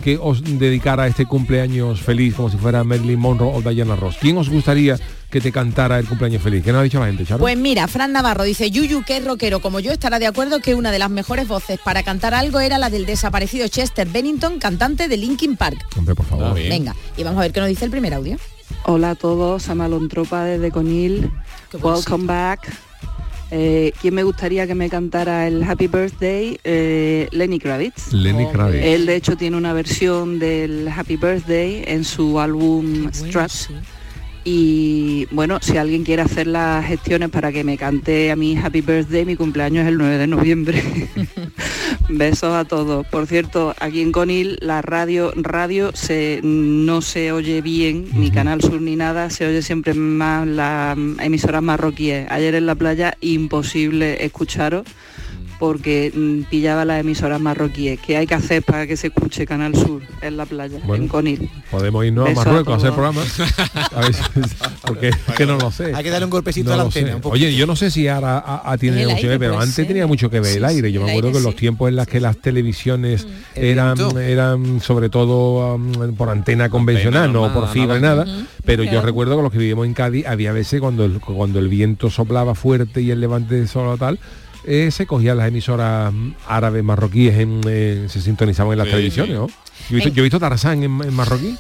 Speaker 8: que os dedicara este cumpleaños feliz como si fuera Marilyn Monroe o Diana Ross? ¿Quién os gustaría que te cantara el cumpleaños feliz? ¿Qué nos ha dicho la gente, Charo?
Speaker 12: Pues mira, Fran Navarro dice, Yuyu, que es rockero como yo, estará de acuerdo que una de las mejores voces para cantar algo era la del desaparecido Chester Bennington, cantante de Linkin Park.
Speaker 8: Hombre, por favor.
Speaker 12: Venga, y vamos a ver qué nos dice el primer audio.
Speaker 22: Hola a todos, Amalon Tropa desde Conil. Welcome back. Eh, ¿Quién me gustaría que me cantara el Happy Birthday? Eh, Lenny Kravitz.
Speaker 8: Lenny Kravitz.
Speaker 22: Él de hecho tiene una versión del Happy Birthday en su álbum Straps. Y bueno, si alguien quiere hacer las gestiones para que me cante a mí Happy Birthday, mi cumpleaños es el 9 de noviembre. Besos a todos. Por cierto, aquí en Conil la radio radio se no se oye bien, ni Canal Sur ni nada, se oye siempre más las mm, emisoras marroquíes. Ayer en la playa imposible escucharos porque mm, pillaba las emisoras marroquíes. ¿Qué hay que hacer para que se escuche Canal Sur en la playa,
Speaker 8: Bueno.
Speaker 22: en Conil?
Speaker 8: Podemos irnos a
Speaker 22: Besos a
Speaker 8: Marruecos a hacer
Speaker 22: todos.
Speaker 8: programas. A ver, porque es que no lo sé.
Speaker 14: Hay que darle un golpecito a la
Speaker 8: No lo
Speaker 14: antena.
Speaker 8: sé.
Speaker 14: un poquito.
Speaker 8: Oye, yo no sé si ahora a- a tiene
Speaker 14: El
Speaker 8: mucho que
Speaker 14: aire,
Speaker 8: ver, pero
Speaker 14: puede
Speaker 8: antes
Speaker 14: ser.
Speaker 8: tenía mucho que ver el aire. Yo me acuerdo que en los tiempos en las que las televisiones eran eran sobre todo um, por antena convencional, no
Speaker 13: normal,
Speaker 8: por fibra ni
Speaker 13: nada.
Speaker 8: nada, pero yo
Speaker 13: Claro.
Speaker 8: recuerdo que los que vivimos en Cádiz había veces cuando el, cuando el viento soplaba fuerte y el levante solo tal eh, se cogían las emisoras mm, árabes marroquíes en, eh, se sintonizaban en las
Speaker 13: Sí,
Speaker 8: televisiones ¿no? yo he visto,
Speaker 12: En-
Speaker 8: yo he visto Tarzán en, en marroquí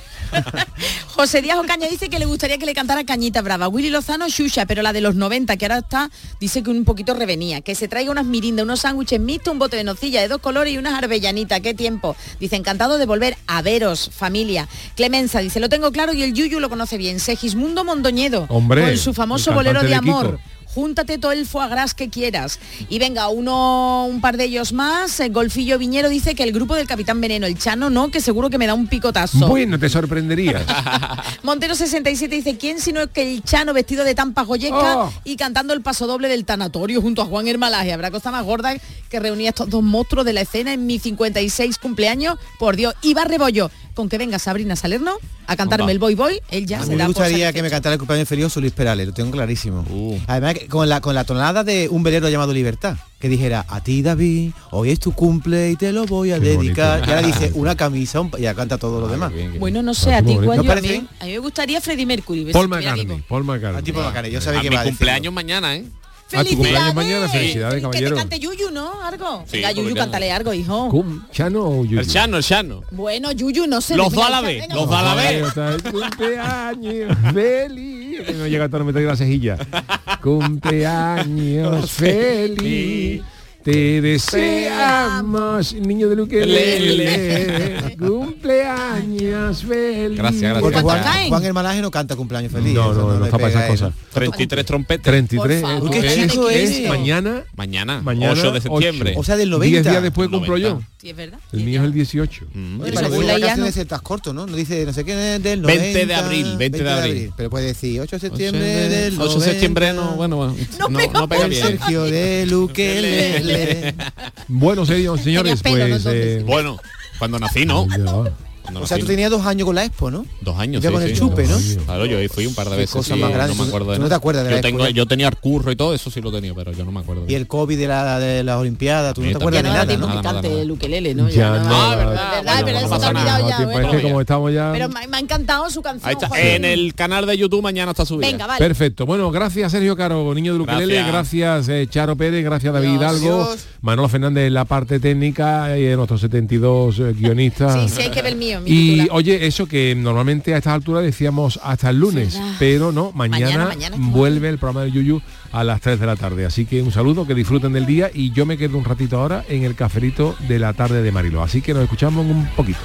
Speaker 12: José Díaz Ocaña dice que le gustaría que le cantara Cañita Brava. Willy Lozano, Xuxa, pero la de los 90, que ahora está, dice que un poquito revenía. Que se traiga unas mirindas, unos sándwiches mixtos, un bote de nocilla de dos colores y unas arbellanitas. ¡Qué tiempo! Dice, encantado de volver a veros, familia. Clemenza dice, lo tengo claro y el Yuyu lo conoce bien. Segismundo Mondoñedo,
Speaker 23: Hombre,
Speaker 12: con su famoso
Speaker 23: el
Speaker 12: bolero
Speaker 23: cantante
Speaker 12: de,
Speaker 23: de Kiko.
Speaker 12: amor. Júntate todo el foie gras que quieras. Y venga, uno, un par de ellos más. Eh, Golfillo Viñero dice que el grupo del Capitán Veneno, el Chano no, que seguro que me da un picotazo.
Speaker 8: bueno te sorprenderías
Speaker 12: Montero 67 dice, ¿quién sino que el Chano vestido de tampa joyeca
Speaker 8: Oh.
Speaker 12: y cantando el paso doble del tanatorio junto a Juan Hermalaje? Habrá cosa más gorda que reunir a estos dos monstruos de la escena en mi 56 cumpleaños, por Dios. Y va Rebollo, con que venga Sabrina Salerno a cantarme
Speaker 14: Opa.
Speaker 12: el Boy Boy, él ya
Speaker 14: A
Speaker 12: se
Speaker 14: mí me
Speaker 12: da por
Speaker 14: gustaría que
Speaker 12: satisfecho.
Speaker 14: me cantara el cumpleaños feliz José Luis Perales, lo tengo clarísimo.
Speaker 8: Uh.
Speaker 14: Además, que con la, con la tonada de un velero llamado Libertad, que dijera, a ti David, hoy es tu cumple y te lo voy a dedicar. Y ahora dice, una camisa, un pa-", y ya canta todo lo demás.
Speaker 12: Bueno, no sé, a ti,
Speaker 14: ¿No
Speaker 12: Juan, yo a,
Speaker 14: parece
Speaker 12: mí,
Speaker 14: bien?
Speaker 12: a mí me gustaría Freddie Mercury. ves,
Speaker 8: Paul
Speaker 12: si estuviera
Speaker 8: McCartney Paul McCartney
Speaker 14: A ti Paul McCartney, yo sabía
Speaker 13: A
Speaker 14: que
Speaker 13: mi
Speaker 14: iba a decirlo.
Speaker 13: cumpleaños mañana, ¿eh?
Speaker 8: a tu cumpleaños mañana
Speaker 13: Sí.
Speaker 8: felicidades
Speaker 12: Que te
Speaker 8: caballero
Speaker 12: cante Yuyu, ¿no? Algo.
Speaker 8: Sí,
Speaker 12: Venga,
Speaker 8: ¿por
Speaker 12: Yuyu,
Speaker 8: qué no?
Speaker 12: cántale algo, hijo.
Speaker 8: Cum, Chano o Yuyu?
Speaker 13: El Chano, el Chano.
Speaker 12: Bueno, Yuyu, no sé.
Speaker 13: Los
Speaker 12: venga,
Speaker 13: dos a la
Speaker 12: venga,
Speaker 13: vez,
Speaker 12: venga,
Speaker 13: los dos a la vez.
Speaker 8: Cumpleaños feliz. Que no llega a meter la cejilla.
Speaker 1: Cumpleaños feliz. Te deseamos, niño de Luque.
Speaker 14: Lele.
Speaker 1: Cumpleaños feliz.
Speaker 14: Porque Juan, Juan el Malaje no canta cumpleaños feliz.
Speaker 8: No,
Speaker 14: eso
Speaker 8: no, no
Speaker 14: le
Speaker 8: está
Speaker 14: pega
Speaker 8: pasando
Speaker 14: a eso.
Speaker 8: cosas.
Speaker 13: 33 trompetas.
Speaker 8: 33.
Speaker 14: Por favor.
Speaker 8: ¿Qué
Speaker 14: Qué
Speaker 8: es?
Speaker 14: chico
Speaker 8: eh, es?
Speaker 14: es.
Speaker 8: Mañana.
Speaker 13: Mañana.
Speaker 8: Mañana.
Speaker 13: 8 de septiembre.
Speaker 14: O sea, del
Speaker 8: 10
Speaker 14: 90.
Speaker 8: días después cumplo yo.
Speaker 12: Sí, es verdad.
Speaker 8: El mío es el 18.
Speaker 13: Mm.
Speaker 14: Oye, pero
Speaker 12: Según
Speaker 14: las
Speaker 12: la
Speaker 14: vacaciones
Speaker 12: IANO.
Speaker 14: estás corto, ¿no? No dice, no sé qué, es del 90,
Speaker 13: 20 de abril, 20 de abril.
Speaker 14: Pero puede decir 8 de
Speaker 13: Ocho de-
Speaker 14: septiembre del
Speaker 13: 8 de
Speaker 14: 90,
Speaker 13: septiembre no, bueno, bueno, no, no, pega
Speaker 14: del
Speaker 13: bien.
Speaker 14: Sergio de Luque.
Speaker 8: Bueno, señor- señores,
Speaker 14: pelo,
Speaker 8: pues...
Speaker 14: ¿no?
Speaker 8: eh,
Speaker 13: Bueno, cuando nací, ¿no?
Speaker 14: O sea, tú tenías dos años con la Expo, ¿no?
Speaker 13: Dos años.
Speaker 14: Ya
Speaker 13: sí,
Speaker 14: con el
Speaker 13: sí.
Speaker 14: chupe, ¿no?
Speaker 13: Claro, yo ahí fui un par de
Speaker 14: Qué
Speaker 13: veces.
Speaker 14: cosa
Speaker 13: sí,
Speaker 14: más grande,
Speaker 13: No
Speaker 14: tú-
Speaker 13: me acuerdo
Speaker 14: tú
Speaker 13: de
Speaker 14: no te
Speaker 13: nada.
Speaker 14: acuerdas de
Speaker 13: yo
Speaker 14: la
Speaker 13: tengo,
Speaker 14: escuela.
Speaker 13: Yo tenía el curro y todo, eso sí lo tenía, pero yo no me acuerdo.
Speaker 14: Y el COVID de la, de las Olimpiadas, tú no te acuerdas de
Speaker 13: también,
Speaker 14: nada,
Speaker 13: no,
Speaker 14: ¿no?
Speaker 13: nada, nada,
Speaker 12: Cante el ukelele, ¿no?
Speaker 8: Ya
Speaker 12: Ya,
Speaker 8: no.
Speaker 12: no,
Speaker 8: Ah,
Speaker 12: verdad,
Speaker 8: verdad,
Speaker 12: verdad, pero
Speaker 8: no
Speaker 12: eso te
Speaker 8: pasa
Speaker 12: ha
Speaker 8: nada,
Speaker 12: olvidado
Speaker 8: no,
Speaker 12: ya,
Speaker 8: tiempo,
Speaker 12: bueno.
Speaker 8: es que como estamos ya...
Speaker 12: Pero me, me ha encantado su canción.
Speaker 13: Ahí está.
Speaker 12: Juan.
Speaker 13: En el canal de YouTube mañana está subido.
Speaker 12: Venga, vale.
Speaker 8: Perfecto. Bueno, gracias Sergio Caro, niño de Luquelele, gracias, eh, Charo Pérez, gracias David Hidalgo, Manolo Fernández en la parte técnica y en nuestros 72 eh, guionistas.
Speaker 12: Sí, sí, hay que ver el mío, mi
Speaker 8: Y
Speaker 12: titular.
Speaker 8: oye, eso que normalmente a estas alturas decíamos hasta el lunes,
Speaker 12: ¿Verdad?
Speaker 8: pero no,
Speaker 12: Mañana,
Speaker 8: mañana,
Speaker 12: mañana
Speaker 8: vuelve el programa del Yuyu a las 3 de la tarde. Así que un saludo, que disfruten del día y yo me quedo un ratito ahora en el caferito de la tarde de Marilo. Así que nos escuchamos en un poquito.